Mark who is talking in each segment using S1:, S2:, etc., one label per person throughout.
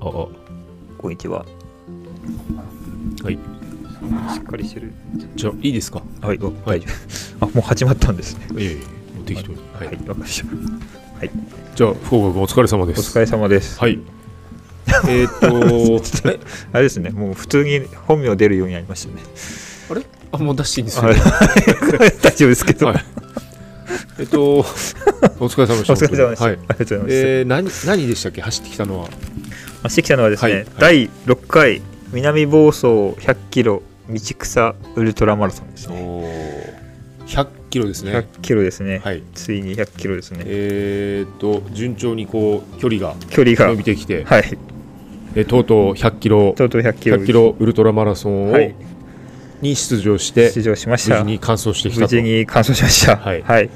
S1: ああ
S2: こんにちは。
S1: はい
S2: しっかりしてる。
S1: じゃあいいですか
S2: はい、お
S1: はい
S2: 大丈夫。あ、もう始まったんですね。
S1: いやいやもう適当に、は
S2: はいい、わかりました。
S1: じゃあ福岡君お疲れ様で
S2: お
S1: す
S2: 疲れ様です。
S1: はいえーっとえ
S2: あれですね、もう普通に本名出るようになりましたね。
S1: あれあもう出していいんですよ、
S2: はい 大丈夫ですけど。
S1: はいえっと、お疲れ様でした。
S2: お疲れ様でした。
S1: はい
S2: あり。がとうございます。
S1: えー、何、何でしたっけ、走ってきたのは。
S2: 走ってきたのはですね、
S1: はいはい
S2: 第6回南房総100キロ道草ウルトラマラソンですね。
S1: 100キロですね。
S2: 100キロですね。
S1: はい。
S2: ついに100キロですね。
S1: えーっと、順調にこう、距離が
S2: 距離が
S1: 伸び、てきて、
S2: はい、
S1: えーとうとう100キロ、
S2: とうとう100キロ
S1: 100キロウルトラマラソンを、
S2: はい
S1: に出場して、
S2: 出場しまし
S1: 無
S2: た。
S1: 事
S2: 無
S1: に完走してきたと。
S2: 事に完走しました。
S1: はい
S2: はい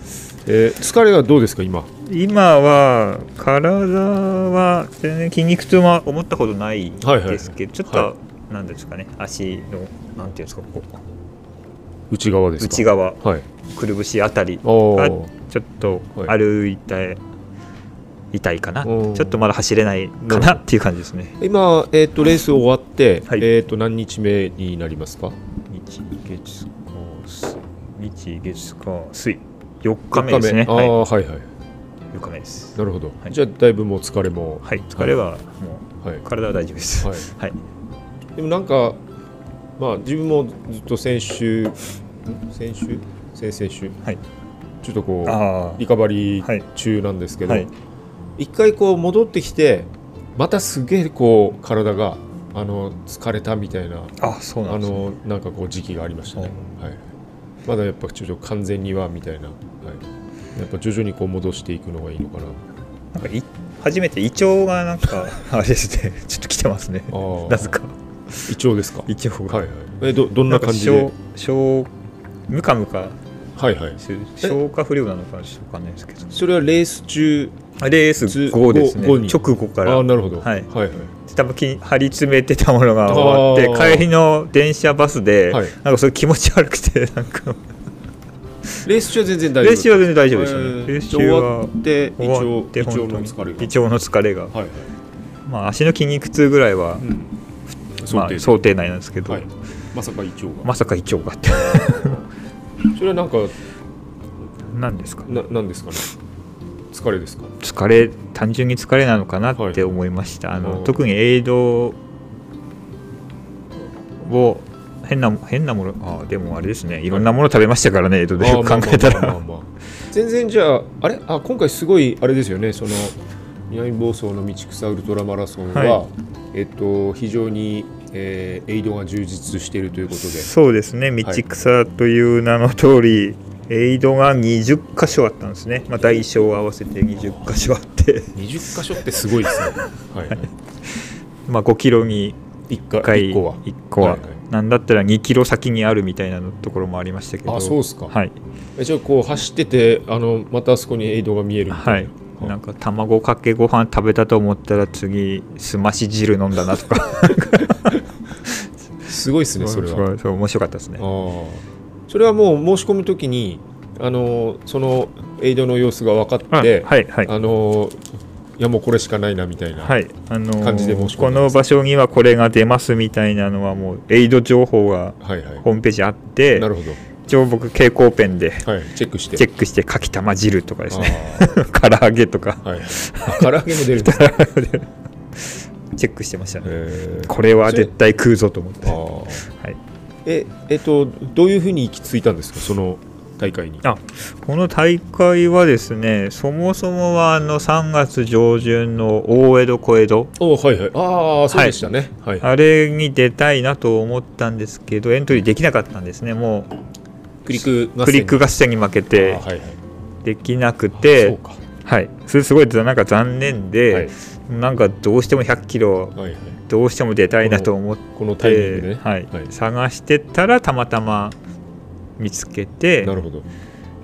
S1: えー疲れはどうですか、今。
S2: 今は体は全然筋肉痛は思ったほどない
S1: はいはい
S2: ですけど、ちょっと、
S1: は
S2: なんですかね足のなんていうんですかここ
S1: 内側ですか。
S2: 内側
S1: 側。はい。
S2: くるぶしあたり
S1: お
S2: が
S1: ー
S2: ちょっと
S1: はい
S2: 歩いて、痛いかなち
S1: お
S2: ょ
S1: ー
S2: っとまだ走れないか
S1: なる
S2: な
S1: ほど
S2: っていう感じですね
S1: 今、えーっと、レース終わって、
S2: はい
S1: えーっと、何日目になりますか。
S2: 日月火水日月火水4日目ですね
S1: あ
S2: はい、
S1: あ、はい、はいはい。
S2: 4日目です
S1: なるほど、
S2: はい
S1: じゃあだいぶもう疲れも
S2: はい疲れはも
S1: はいう
S2: 体は大丈夫です
S1: は
S2: はい、
S1: い、でもなんかまあ自分もずっと先週ん先週先々週
S2: はい
S1: ちょっとこう
S2: あ
S1: リカバリ
S2: はい
S1: ー中なんですけど、
S2: はい
S1: 一回こう戻ってきてまたすげえこう体があの疲れたみたいな
S2: ああそうな
S1: あ
S2: んですね
S1: のなんかこう時期がありましたね、はい、まだやっぱちょっと完全にはみたいな、はい、やっぱ徐々にこう戻していくのがいいのかな
S2: なんかい初めて胃腸がな んかあれですねちょっと来てますね
S1: あー
S2: なぜか
S1: 胃腸ですか
S2: 胃腸
S1: は
S2: が、
S1: いはいえどどん
S2: な
S1: なん
S2: か
S1: 感じで
S2: 消消むかむか
S1: はいはい
S2: する消化不良なのかちょっとわかんないですけど
S1: それはレース中
S2: レース
S1: つ
S2: 5ですね
S1: ごに
S2: 直後
S1: あ
S2: か
S1: あ
S2: ら
S1: なるほど、
S2: はい
S1: はい
S2: 多分き張り詰めてたものが終わっ
S1: あー
S2: て帰りの電車バスで、
S1: はい
S2: なんかそれ気持ち悪くて なんか
S1: レース中は全然大丈夫
S2: 練習は全然大丈夫ですよね、
S1: えー
S2: 練習
S1: じゃあ
S2: は
S1: 終わって
S2: 終わって
S1: 一応一応
S2: 本当
S1: の
S2: に
S1: 疲れが
S2: 胃腸の疲れが、
S1: はいはい、
S2: まあ、足の筋肉痛ぐらいは、
S1: うん、
S2: まあ、想定内なんですけど、
S1: はい、まさか胃腸が、
S2: まさか胃腸がって
S1: それはなんか
S2: 何ですか
S1: ななんですかね疲れですか
S2: 疲れ単純に疲れなのかなって思いました、あ
S1: う
S2: の
S1: ん
S2: 特にエイドを変な変なものあでもあれですねいろんなもの食べましたからねエイドで
S1: あ
S2: よ
S1: ー
S2: く考えた
S1: まあまあまあ
S2: ら
S1: まあまあ全然じゃああれあ今回すごいあれですよねその南房総の道草ウルトラマラソンは、
S2: は
S1: えっと非常に、えーエイドが充実しているということで
S2: そうですね道草という名の通り、エイドが20箇所あったんですね、まあ、大小合わせて20箇所あって
S1: 20箇所ってすごいですね はい、はい、
S2: まあ5キロに
S1: 1, 回
S2: 1回
S1: 一個は
S2: 一個は
S1: はいはい
S2: なんだったら2キロ先にあるみたいなところもありましたけど
S1: あそうっすか
S2: はい
S1: えじゃあこう走っててあのまたあそこにエイドが見えるみた
S2: はいい
S1: な、、
S2: なんか卵かけご飯食べたと思ったら次すまし汁飲んだなとか
S1: すごいです ねそれは
S2: うそう面白かったですね
S1: あーそれはもう申し込むときにあのそのエイドの様子が分か
S2: あ
S1: って、
S2: はいはい
S1: あのいやもうこれしかないなみたいな、
S2: はいあのー
S1: 感じで申し込んだんです
S2: この場所にはこれが出ますみたいなのはもうエイド情報が
S1: はいはい
S2: ホームページあって
S1: なるほど、
S2: 一応僕蛍光ペンで
S1: はい、チェックして
S2: チェックしてかきたま汁とかですね
S1: あ
S2: 唐揚げ と か
S1: ーはい、あ唐揚げも出る んですね
S2: チェックしてました
S1: へ
S2: ね
S1: ー
S2: これは絶対食うぞと思って
S1: あー
S2: はい
S1: ええっとどういうふうに行き着いたんですかその大会に
S2: あこの大会はですねそもそもはあの3月上旬の大江戸小江戸
S1: おはいはいああそうでしたねはい、
S2: あれに出たいなと思ったんですけどエントリーできなかったんですねも
S1: クリック
S2: うクリック
S1: が
S2: 合戦に負けて
S1: はいはい
S2: できなく
S1: そう
S2: て
S1: か
S2: はいそれすごいなんか残念で、
S1: はい
S2: なんかどうしても100キロ
S1: はいはい
S2: どうしても出たいなと思って、
S1: このタイミングでね
S2: はい探してたらたまたま見つけて
S1: なるほど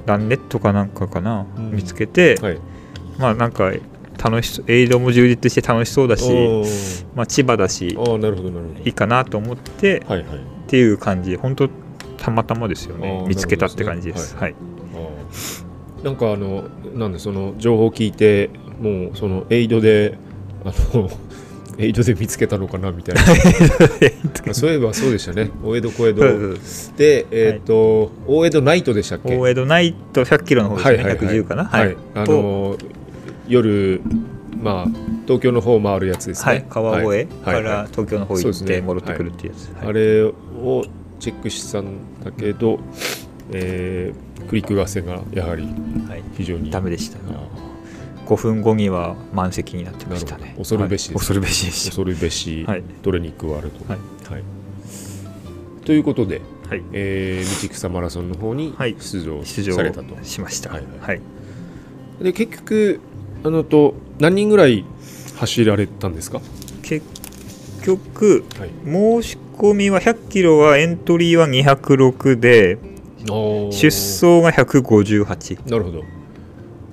S2: ランネットかなんかかな、
S1: うん
S2: 見つけて、
S1: はい
S2: まあなんか楽しそうエイドも充実して楽しそうだし、
S1: おー
S2: まあ、千葉だし
S1: あーなるほどなる
S2: いいかなと思って
S1: ほどはいはい
S2: っていう感じ本当たまたまですよ
S1: あ
S2: ね
S1: ー
S2: 見つけたって感じです
S1: な
S2: はい、
S1: あーなんかあのなんでその情報を聞いてもうそのエイドであの エイドで見つけたのかなみたいなあそういえばそうでしたね大江戸小江戸
S2: そうそうそ
S1: でえっ、と、大江戸ナイトでしたっけ
S2: 大江戸ナイト100キロの方ですね、110かな
S1: はい、あ
S2: と、
S1: のー夜まあ東京の方を回るやつですね、
S2: はい、川越か
S1: はいはい
S2: ら東京の方
S1: そう
S2: 行
S1: です
S2: って
S1: ね
S2: 戻ってくるっていうやつ、はい
S1: あれをチェックしてたんだけど、えークリック合戦がやはり
S2: はい
S1: 非常に
S2: ダメでした
S1: あ
S2: 5分後には満席になってました
S1: なる
S2: ね
S1: ほど恐るべしです
S2: はい恐るべし
S1: ー
S2: でし
S1: 恐るべし、
S2: はい
S1: ドレニックワールド、
S2: はい
S1: はいということで、
S2: たはい
S1: えー、道草マラソンの方に
S2: はい
S1: 出場
S2: 出場
S1: されたと、
S2: しました
S1: は
S2: はいい、
S1: はいで結局あのと何人ぐらい走られたんですか、
S2: 結局
S1: はい、
S2: 申し込みは100キロはエントリーは206で出走が158
S1: なるほど。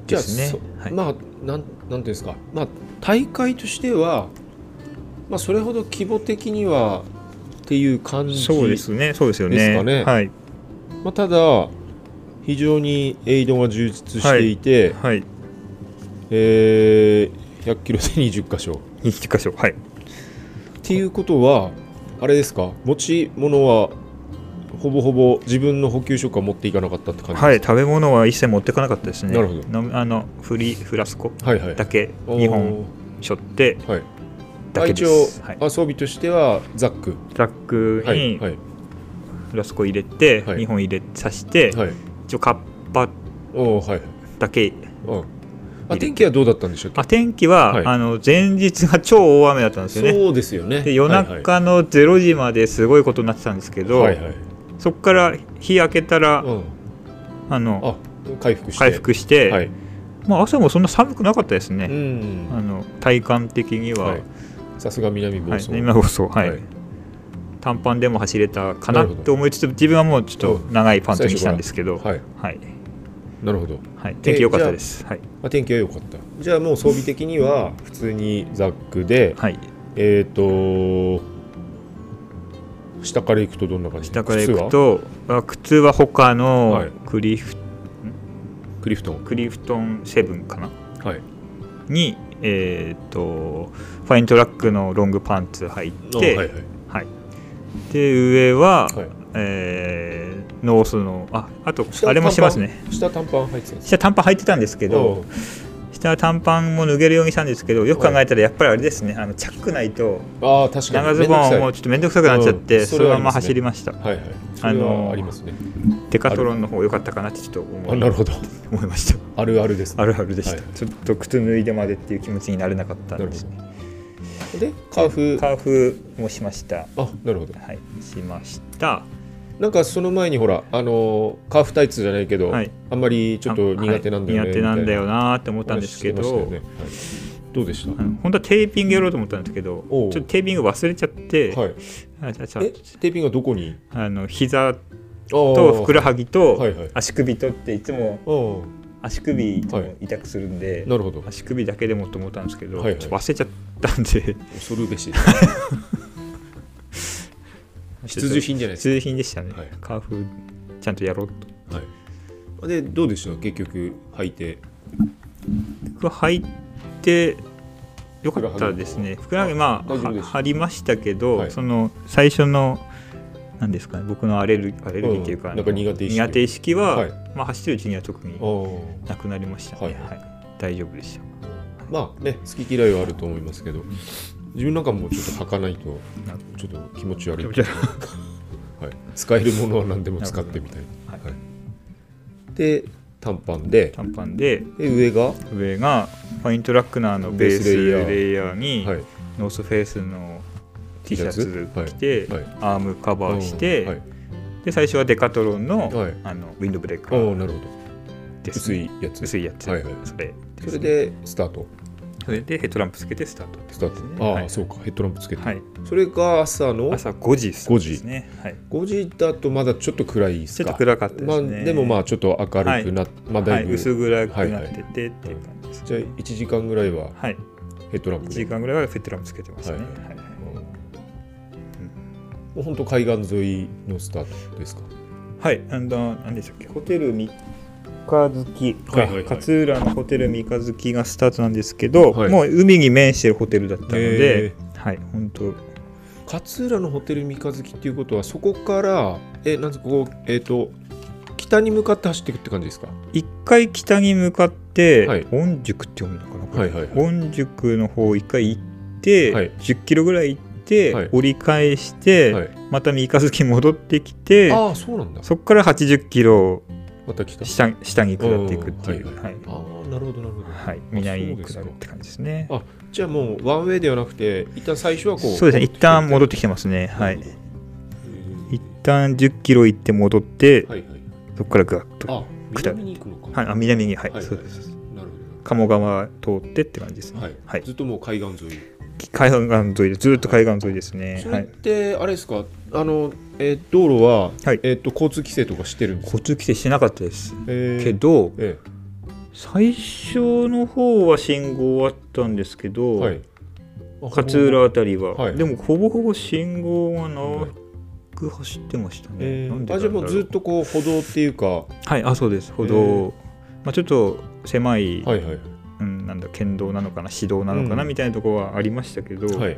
S1: じゃあ、
S2: ですね
S1: そ
S2: はい
S1: まあなんなんていうんですか、まあ大会としては、まあそれほど規模的にはっていう感じ。
S2: そうですねそうですよね
S1: ですかね
S2: はい
S1: まあただ非常にエイドが充実していて、
S2: はい
S1: えー100キロで20箇所っ
S2: 1箇所はい
S1: ていうことはあれですか、持ち物はほぼほぼ自分の補給食は持っていかなかったって感じ
S2: はい
S1: です
S2: 食べ物は一切持ってかなかったですね
S1: なるほど
S2: 飲みあのフリーフラスコ
S1: か。はいはい。
S2: だけ
S1: おー
S2: 2本しょって
S1: はい。
S2: だけ
S1: 一
S2: で
S1: 応
S2: す、はい、
S1: 装備としてはザック。
S2: ザック
S1: はい
S2: に
S1: はい
S2: フラスコ入れて、
S1: はい
S2: 2本入れさして、
S1: はい。
S2: 一応カッパ
S1: おおはい。
S2: だけ
S1: うん、あ
S2: 入れ
S1: 天気はどうだったんでしょうか、
S2: あ天気は、
S1: はい
S2: あの前日が超大雨だったんですよね
S1: そうですよね
S2: で夜中の0時まですごいことになってたんですけど、
S1: はいはいはいはい
S2: そこから日明けたら、
S1: うん、
S2: あの
S1: あ回復して
S2: 回復して、
S1: はい、
S2: まあ、朝もそんな寒くなかったです
S1: う
S2: ね、あ
S1: ん
S2: の体感的には、
S1: は
S2: はい
S1: い、さすが南房総、
S2: 今こそ、はい
S1: はい
S2: 短パンでも走れたか
S1: な
S2: な
S1: るほど
S2: と思いつつ自分はもうちょっと長いパンツにしたんですけど、
S1: はい
S2: はい
S1: なるほど、
S2: はい、天気良かったです。はい、
S1: まあ、天気は良かったじゃあもう装備的には普通にザックで、
S2: はい、
S1: えっ、ー、と下から行くとどんな感じ
S2: 下から行くとあ靴は他
S1: は
S2: の
S1: い
S2: クリフ、
S1: 靴はクリフトン
S2: クリフトンセブンかな
S1: はい
S2: に、えー、とファイントラックのロングパンツ履い
S1: あ
S2: て、
S1: は
S2: はいい
S1: はい
S2: で上は、
S1: はい
S2: えーノースのああと
S1: 下
S2: あれもしてますね
S1: 短パン下短パン入ってたんです
S2: 下短パン履いてたんですけ
S1: け
S2: ど下短パンも脱げるようにしたんですけどよく考えたらやっぱりあれですねあのチャックないと
S1: ああ確かに
S2: 長ズボン
S1: めんどくさ
S2: を
S1: い
S2: もうちょっと面倒くさくなっちゃっ
S1: う
S2: て、
S1: んそ
S2: そ
S1: れ
S2: の
S1: はありま
S2: まます
S1: ね
S2: 走りました
S1: はいはい。そ
S2: あ
S1: れ
S2: のー
S1: はありますね。
S2: デカトロンの方良かったかなってちょっと思
S1: あ
S2: い
S1: なるほど。
S2: 思いました
S1: あるあるです、ね。
S2: あるあるでした、
S1: はい
S2: ちょっと靴脱いでまでっていう気持ちになれなかったんですね
S1: で、カーフ。
S2: カーフもしました
S1: あ、なるほど。
S2: はいしました
S1: なんかその前にほら、あのーカーフタイツじゃないけど、
S2: はい
S1: あんまりちょっと苦手なんだよね。
S2: はい苦手なんだよ
S1: み
S2: なーって思ったた
S1: い
S2: ん
S1: な
S2: ですけ
S1: 話してま
S2: ど、
S1: したよねはいどうでし
S2: あの本当はテーピングやろうと思ったんですけどち
S1: お
S2: ょ
S1: う
S2: っとテーピング忘れちゃって、
S1: た？はい。
S2: あじゃあじゃあ
S1: え、テーピングはどこに？
S2: あの膝
S1: と
S2: とふくらはぎと
S1: はいはい
S2: 足首とっていつも
S1: は
S2: 足首いつも痛くするんで、
S1: ぎ。なるほど。
S2: 足首だけでもと思ったんですけど、
S1: はいはい
S2: ちょっと忘れちゃった んで
S1: 恐るべしですね。必需
S2: 必
S1: 品じゃないです
S2: 需品でしたね、
S1: はい
S2: カーフちゃんとやろうと
S1: か。はい。で、どうでした？結局履いて。
S2: 僕は履いてよかったですねふくらはぎまあ
S1: 大丈夫です
S2: は張りましたけど、
S1: はい
S2: その最初の何ですかね僕のアレルアレルギーっていうか,、
S1: うんなんか苦手意識
S2: 苦手意識は、
S1: はい
S2: まあ、走ってるうちには特に
S1: ああ。
S2: なくなりましたね、
S1: は
S2: はいい大丈夫でした
S1: まあね、好き嫌いはあると思いますけど、自分なんかもちょっと履かないと、ちょっと気持ち悪い。
S2: 気
S1: は
S2: 持
S1: い
S2: ち、
S1: 使えるものは何でも使ってみたいな。
S2: はい
S1: はいで、短パンで、
S2: 短パンで
S1: で上が、は
S2: 上がファイントラックナーのベース
S1: ベースレイヤー
S2: レイヤー
S1: い
S2: に、
S1: はい
S2: ノースフェイスの
S1: T
S2: T
S1: シャ
S2: シャ
S1: ツ
S2: ツ着て、
S1: はい
S2: アームカバーして、
S1: うんはい
S2: で最初はデカトロンの,、
S1: はい
S2: あのウィンドブレーカ
S1: おー
S2: ー
S1: なるほど。
S2: です
S1: 薄
S2: ね、
S1: いやつ。
S2: 薄いやつ、
S1: はいはい
S2: それ
S1: そ
S2: ですね
S1: れでスタート。
S2: それでヘッドランプつけてスタートって
S1: スタ
S2: ことです
S1: ー
S2: ね
S1: ト。ああ、
S2: はい
S1: そうか、ヘッドランプつけて。
S2: はい、
S1: それが朝の
S2: 朝5時スタートですねはい、
S1: 5時だとまだちょっと暗いです
S2: ちょ
S1: か
S2: っと暗かったですね、
S1: まあでもまあちょっと明るくなっ、まあだい
S2: は
S1: ぶ、
S2: い、薄暗くなっ
S1: はい
S2: ててっていう感じです、ね
S1: じゃあ1時間ぐらいは
S2: はい、
S1: ヘッドラン
S2: 1
S1: プで
S2: 時間ぐらいはヘッドランプつけてましたね、
S1: はい
S2: はいはい
S1: もう本当海岸沿いのスタートですか。
S2: はい、あの何でしたっけホテル3三日月か、
S1: はいはいはい
S2: 勝浦のホテル三日月がスタートなんですけど、
S1: はい
S2: もう海に面してるホテルだったので、はい本当
S1: 勝浦のホテル三日月っていうことはそこからえなんですかこうえっ、と北に向かって走っていくって感じですか
S2: 一回北に向かって、
S1: はい
S2: 御宿って読むのかなこれ、
S1: はいはいは
S2: 御宿の方一回行って、
S1: はい
S2: 10キロぐらい行って、
S1: はい
S2: 折り返して、
S1: はい
S2: また三日月戻ってきて
S1: ああそうなんだ
S2: そこから80キロ
S1: また来た
S2: 下下に下っていくっていう、
S1: うん
S2: はい
S1: ああなるほどなるほど
S2: はい、南に下るって感じですね。
S1: じゃあもうワンウェイではなくて一旦最初はこう
S2: そうですね、一旦戻ってきてますね。はい。一旦10キロ行って戻って、
S1: はいはい
S2: そこからぐわっと。は
S1: あ南に行くのか
S2: い、あ南に、はい、
S1: はい
S2: そうです。
S1: なるほ
S2: 鴨川通ってって感じです
S1: ど
S2: ね。
S1: はい、
S2: はい
S1: ずっともう海岸沿い、
S2: 海岸沿いで、ずっと海岸沿いですね。
S1: そ
S2: は
S1: れっ
S2: い。
S1: てあれですかあの、えー道路は、
S2: はい
S1: えー、と交通規制とかしてるんですか、
S2: 交通規制してなかったです。
S1: えー
S2: けど、
S1: え
S2: 最初の方は信号あったんです
S1: え
S2: けど、
S1: はいあ
S2: 勝浦あたりは、
S1: はい
S2: でもほぼほぼ信号はなく走ってましたね。
S1: え
S2: な
S1: ー、
S2: んで
S1: あ
S2: なん
S1: じゃあ
S2: だろ
S1: もう
S2: う
S1: ずっとこう歩道っていうかは
S2: はい、あ、そうです。歩道、
S1: えー
S2: まあ、ちょっと狭い、
S1: いはいは
S2: うん、なんだ、県道なのかな、市道なのかな、
S1: うん
S2: みたいなところはありましたけど。はい。
S1: い、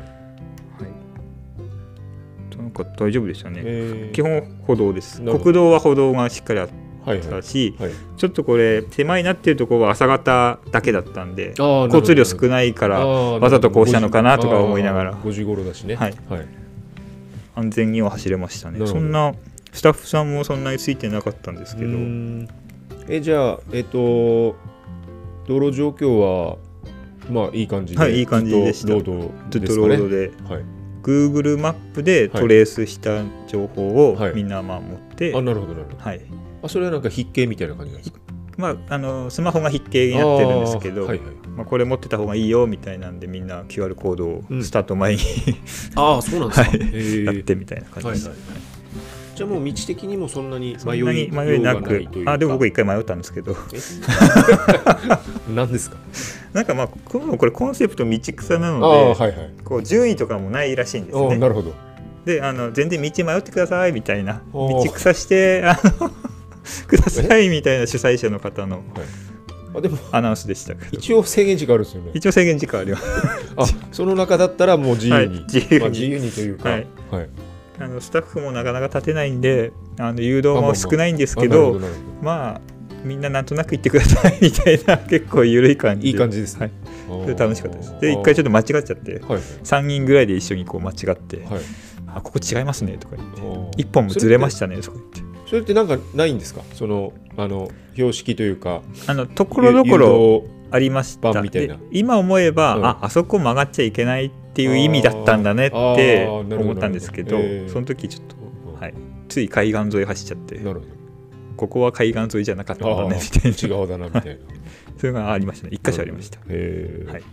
S2: なんか大丈夫でしたね。
S1: えー
S2: 基本歩道です。
S1: なるほど
S2: 国道は歩道がしっかりあっ
S1: はいはい
S2: たし、
S1: はい
S2: ちょっとこれ狭いなっていうところは朝方だけだったんで、
S1: ああ
S2: 交通量少ないからわざとこうしたのかなとか思いながら
S1: 5時頃だしね
S2: はい
S1: はい、
S2: 安全には走れました
S1: な
S2: ね。
S1: るほ
S2: そ
S1: ど
S2: んなスタッフさんもそんなについてなかったんですけ
S1: うー
S2: ど、
S1: んえじゃあえっ、と道路状況はまあいい感じで、
S2: はいいい感じでした
S1: ずっとロード
S2: ずっ
S1: で
S2: と
S1: す
S2: ロ
S1: かね
S2: ードで
S1: はい
S2: Google マップで
S1: はい
S2: トレースした情報を
S1: はい
S2: みんなまあ持って、
S1: あなるほどなるほど
S2: はい
S1: あそれはなんか筆記みたいな感じなんですか
S2: まあ、あのスマホが筆形になってるんですけど
S1: あーはいはい、
S2: まあ、これ持ってた方がいいよみたいなんでみんな QR コード
S1: う
S2: を
S1: ん
S2: スタート前に、
S1: ああそうなん
S2: ですか
S1: はい
S2: へやっ
S1: じ
S2: てみたいな感じです、
S1: はいゃあもう道的にもそんなに
S2: そ
S1: 迷
S2: んなに
S1: い
S2: 迷いなく
S1: ようがというか
S2: あでも僕一回迷ったんですけど
S1: え何ですか
S2: なんかまあこのこれコンセプト道草な
S1: あ
S2: ので
S1: あはいはい
S2: こう順位とかもないらしいんです
S1: ああ
S2: ね
S1: なるほど
S2: であの全然道迷ってくださいみたいな
S1: お
S2: 道
S1: ー
S2: 草してあの くださいみたいな主催者の方の
S1: あでも
S2: アナウンスでしたけど
S1: 一応制限時間あるんですよね
S2: 一応制限時間あります
S1: あその中だったらもう自由に、
S2: はい自由に
S1: まあ、自由にというか
S2: は
S1: はいい、
S2: あのスタッフもなかなか立てないんであの誘導
S1: あまあま
S2: も
S1: あ
S2: 少ないんです
S1: あ
S2: け
S1: なるほ
S2: ど
S1: どなるほ
S2: まあみんななんとなく行ってくださいみたいな 結構緩い感
S1: どい
S2: じで
S1: い感じです
S2: は
S1: ね
S2: い、
S1: は
S2: で楽しかったですで一回ちょっと間違っちゃって
S1: とはい
S2: 3人ぐらいで一緒にこう間違って
S1: はい
S2: 「あここ違いますね」とか言って
S1: お
S2: 「
S1: ー
S2: 一本もずれましたね」とか言って
S1: それってなんかないんですかそのあの標識というか
S2: あのところどころ
S1: 誘導
S2: ありました
S1: 板みたいな
S2: で今思えば、
S1: うん
S2: ああそこ曲がっちゃいけないっていう意味だったんだねっ
S1: あー
S2: て
S1: あーなるほど
S2: 思ったんですけど
S1: なるほどえー
S2: その時ちょっと、
S1: うん
S2: はい、つい海岸沿い走っちゃって
S1: なる
S2: ここは海岸沿いじゃなかったん
S1: ほ
S2: だ
S1: どあ
S2: ねみたいな
S1: ー違うだなみたいな
S2: それがありましたね一箇所ありました、
S1: へー
S2: はい、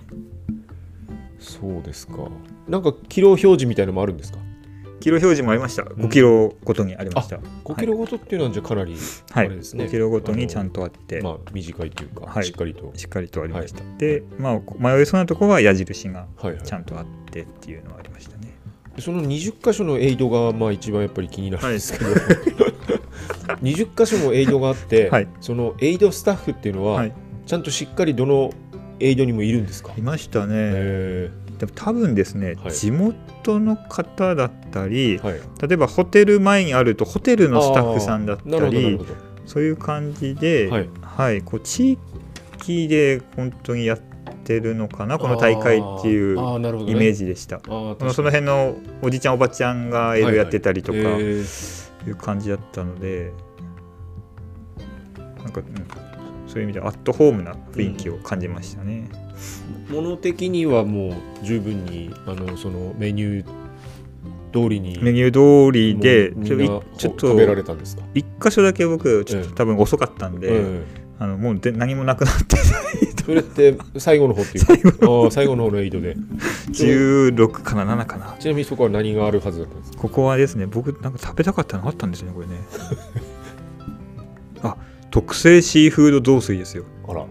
S1: そうですかなんかキロ表示みたいなのもあるんですか
S2: キロ表示もありました5キロごとにありました、
S1: 5キロごとっていうのはじゃあかなりあ
S2: はい、
S1: れですね、
S2: 5キロごとにちゃんとあって
S1: あのまあ短いというか、
S2: はい
S1: しっかりと
S2: しっかりとありました、で、まあ、迷いそうなとこは矢印が
S1: はいはい
S2: ちゃんとあってっていうのはありましたね、
S1: でその20箇所のエイドがまあ一番やっぱり気になるんですけど、20箇所のエイドがあって、
S2: はい
S1: そのエイドスタッフっていうのは、
S2: はい
S1: ちゃんとしっかりどのエイドにもいるんですか
S2: いましたね、
S1: へ
S2: でも多分ですね、
S1: はい
S2: 地元の方だったり
S1: ーはい、
S2: 例えばホテル前にあるとホテルのスタッフさんだっ
S1: なる
S2: た
S1: ほどなる
S2: り
S1: ほど
S2: そういう感じで、は
S1: はいい
S2: こう地域で本当にやってるのかなこの大会っていう
S1: あーあなるほどね
S2: イメージでした。
S1: あー
S2: その
S1: 確
S2: そ
S1: か
S2: の辺のおじちゃんおばちゃんがエールやってたりとか
S1: にへ
S2: い
S1: ー
S2: う感じだったので、なんか、うん、そういう意味ではアットホームな雰囲気を感じましたね。
S1: 物的にはもう十分にあのそのメニュー通りに
S2: メニュー通りで
S1: もうみ
S2: ちょ
S1: んな
S2: っとちょっと
S1: 食べられたんですか
S2: 一箇所だけ僕ちょっ
S1: え
S2: と
S1: え
S2: 多分遅かったんで、
S1: え
S2: あのもうで何もなくなって
S1: えそれって最後の方って いうかあー最後の方のエイドで
S2: 16かな7かな
S1: ちなみにそこは何があるはずだったんですか
S2: ここはですね僕なんか食べたかったのあったんですね これねあ特製シーフード雑炊ですよ
S1: あら、うん、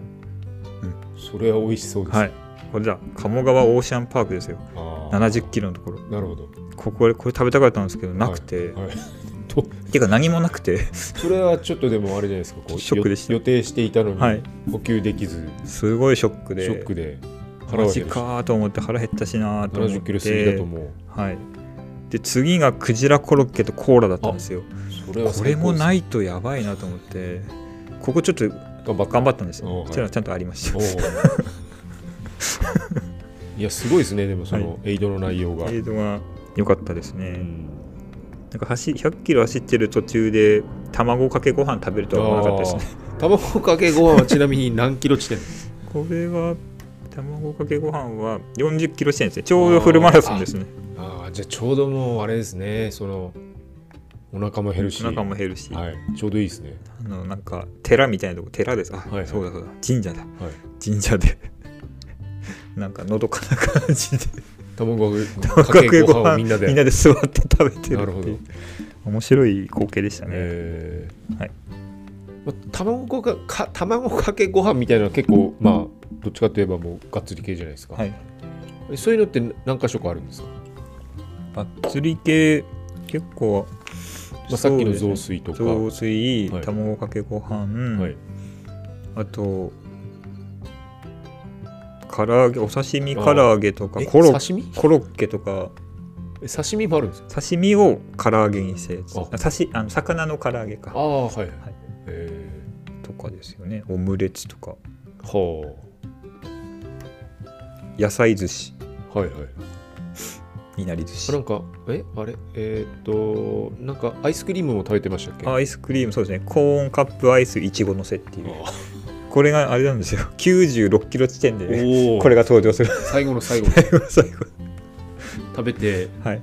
S1: それは美味しそうです、
S2: はいこれだ鴨川オーシャンパークですよ
S1: あー
S2: 70キロのところ
S1: なるほど
S2: こここれ食べたかったんですけどなくて、
S1: はいはいと
S2: ていうか何もなくて
S1: それはちょっとでもあれじゃないですかこう
S2: ショックでした
S1: よ予定していたのに
S2: はい
S1: 補給できず、
S2: すごいショックで
S1: ショックで腹
S2: マ
S1: は
S2: ジ
S1: 減るし
S2: かーと思って腹減ったしなーと思って
S1: 70キロ過ぎだともう
S2: はいで次がクジラコロッケとコーラだったんですよ
S1: それは
S2: これもないいとやばいなと思ってここちょっと
S1: 頑張った
S2: 頑張ったんですよ、
S1: おうはい
S2: そしたらちゃんとありました
S1: お ーいやすごいですねでもそのエイドの内容が、
S2: 映像が良かったですね、
S1: うん
S2: なんか走100キロ走ってる途中で卵かけご飯食べるとは思わなかったですね
S1: あー卵かけご飯はちなみに何キロ地点
S2: これは卵かけご飯は40キロ地点ですねちょうどフルマラソンですね
S1: ああじゃあちょうどもうあれですねそのお腹も減るし
S2: お腹も減るし、
S1: はい、ちょうどいいですね
S2: あのなんか寺みたいなとこ寺ですあ、
S1: はいはい
S2: そうだそうだ神社だ
S1: はい
S2: 神社で なんかのどかな感じで
S1: 卵かけご飯をみんなで
S2: みんなで座って食べてるっていう
S1: なるほど
S2: 面白い光景でしたね、
S1: えー
S2: はい
S1: まあ、卵かか卵かけご飯みたいなのは結構まあどっちかといえばもうがっつり系じゃないですか、
S2: はい
S1: えそういうのって何箇所かあるんですか、
S2: まあ釣り系結構、
S1: まあ、さっきの
S2: そ
S1: 雑
S2: うですね
S1: 炊とか、
S2: 雑炊、
S1: はい
S2: 卵かけご飯、
S1: はい、
S2: あと唐揚げお刺身唐揚げとか
S1: え
S2: コロ
S1: 刺身
S2: コロッケとか
S1: え刺身もあるんですか
S2: 刺身を唐揚げにしたやつ
S1: あ
S2: あ刺しあの魚の唐揚げ
S1: あ
S2: か
S1: あはいはい、
S2: い
S1: え
S2: とかですよねオムレツとか
S1: ー、は
S2: 野菜寿司
S1: あはいはい
S2: いなり寿
S1: あな
S2: 司
S1: んかえあれえーっとなんかアイスクリームも食べてましたっけ
S2: アイスクリームそうですねコーンカップアイスいちごのせっていう
S1: あ
S2: これがあれなんですよ96キロ地点で
S1: おお
S2: これが登場する
S1: 最後の 最後
S2: 最後の最後
S1: 食べて
S2: はい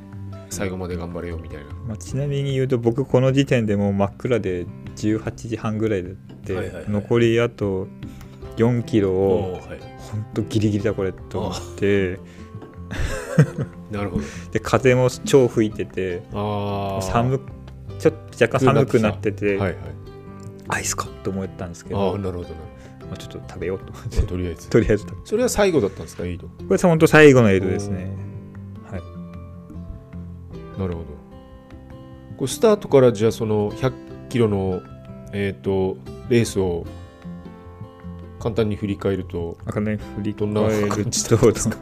S1: 最後まで頑張れよみたいな
S2: まあ、ちなみに言うと僕この時点でもう真っ暗で18時半ぐらいで、
S1: はいはいはい
S2: 残りあと4キロを
S1: ーはい
S2: ほんとギリギリだこれと思って
S1: なるほど
S2: で風も超吹いてて
S1: ああ
S2: 寒くちょっと若干寒くなって
S1: は
S2: て
S1: いはい
S2: アイスかと思ったんですけ
S1: あ
S2: ど
S1: あなるほどな、
S2: まあ、ちょっと食べようと 思っ
S1: まあ
S2: て
S1: とりあえず
S2: とりあえず食べこ
S1: それは最後だったんですかエイド
S2: れさほんと最後のエイドですねはい
S1: なるほどこれスタートからじゃあその100キロのえーっ、とレースを簡単に振り返ると
S2: あかね振り
S1: どんな
S2: 返る
S1: 感じだったん
S2: と
S1: ですか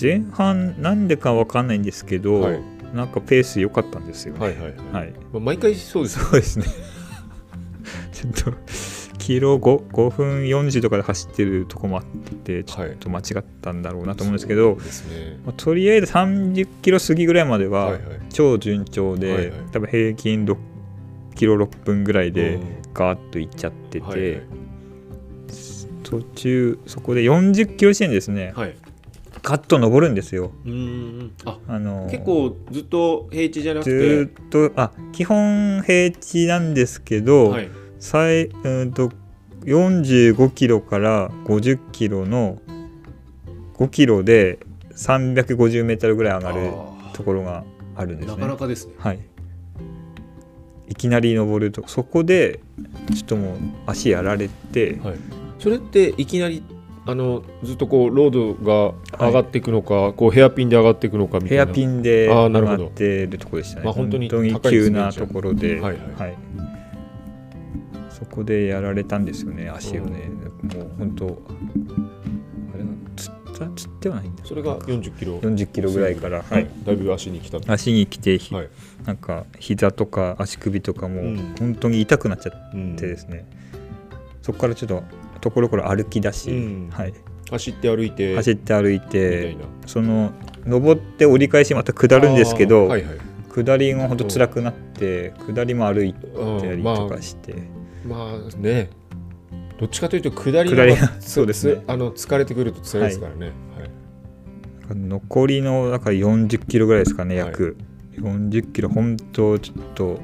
S2: 前半なんでかわかんないんですけど、
S1: はい
S2: なんかペース良かったんですよね
S1: はいはいはい、
S2: はい、
S1: まあ、毎回そうですよ
S2: そうですね。ちょっと、キロ 5, 5分40とかで走ってるとこもあって、ちょっと間違ったんだろうなと思うんですけど、
S1: そうですね
S2: まあとりあえず30キロ過ぎぐらいまで
S1: はいは
S2: はい超順調で、
S1: はいはい
S2: 多分平均6キロ6分ぐらいで
S1: うん
S2: ガーッといっちゃってて、
S1: はい
S2: 途中そこで40キロ地点ですね
S1: はい、はい、
S2: ガッと登るんですよ。
S1: うーんあ
S2: あの
S1: 結構ずっと平地じゃなく
S2: ず
S1: て
S2: ーっとあ基本平地なんですけど、
S1: はい
S2: 最うーんと45キロから50キロの5キロで350メートルぐらい上がる
S1: あ
S2: ところがある
S1: ー
S2: んです
S1: な
S2: ね。
S1: かなかですね
S2: はい。いきなり登るとそこでちょっともう足やられて、
S1: はいそれっていきなりあのずっとこうロードが上がっていくのか、こうヘアピンで上がっていくのかみたい
S2: ヘ
S1: な
S2: アピンで
S1: あーな
S2: 上
S1: るほ
S2: が
S1: ど
S2: ってるところでしたね。
S1: まあ本当に高いです
S2: 急
S1: ね
S2: なところで、
S1: はいはい
S2: そこでやられたんですよね、足をね。もう本当、あれは釣った釣ってはないんだ。
S1: それが40キロ、
S2: 40キロぐらいから、はい、
S1: だいぶ足に来たと
S2: 足に来て、ひ
S1: はい、
S2: なんか膝とか足首とか
S1: う
S2: も
S1: ん
S2: 本当に痛くなっちゃっ
S1: うん
S2: てですね、そこからちょっとところころ歩き出し、
S1: うん
S2: はい、
S1: 走って歩いて
S2: 走って歩い
S1: みたい
S2: て
S1: な
S2: その登って折り返しまた下るんですけど、
S1: あーはいはい
S2: 下りが本当辛くなって下りも歩いてや
S1: う
S2: り
S1: んまあ
S2: とかして、
S1: まあねどっちかというと下りの
S2: 下り
S1: 方が
S2: が そうですね
S1: あの疲れてくると辛いですからね、はい
S2: 残りのだから40キロぐらいですかね
S1: はい
S2: 約、40キロ本当ちょっと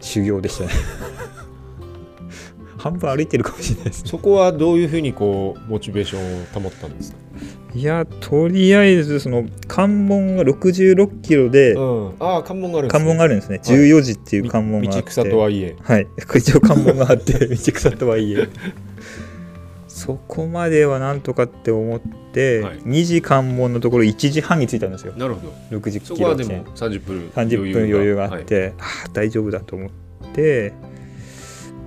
S2: 修行でしたね 半分歩いてるかもしれないですね
S1: そこはどういうふうにこうモチベーションを保ったんですか、
S2: いやとりあえずその関門が66キロで
S1: うん、ああ関門があるんです、
S2: 関門があるんですね
S1: はい
S2: 14時っていう関門があっ
S1: 道
S2: て
S1: 道草とはいえ
S2: はい、一応関門があって道草とはいえそこまではなんとかって思って、
S1: はい
S2: 2時関門のところ1時半に着いたんですよ
S1: なるほど
S2: 60
S1: そ
S2: キ
S1: こ
S2: ロ
S1: は
S2: 地
S1: で
S2: 点
S1: も30分
S2: 30分余裕があっ
S1: は
S2: て、あー大丈夫だと思って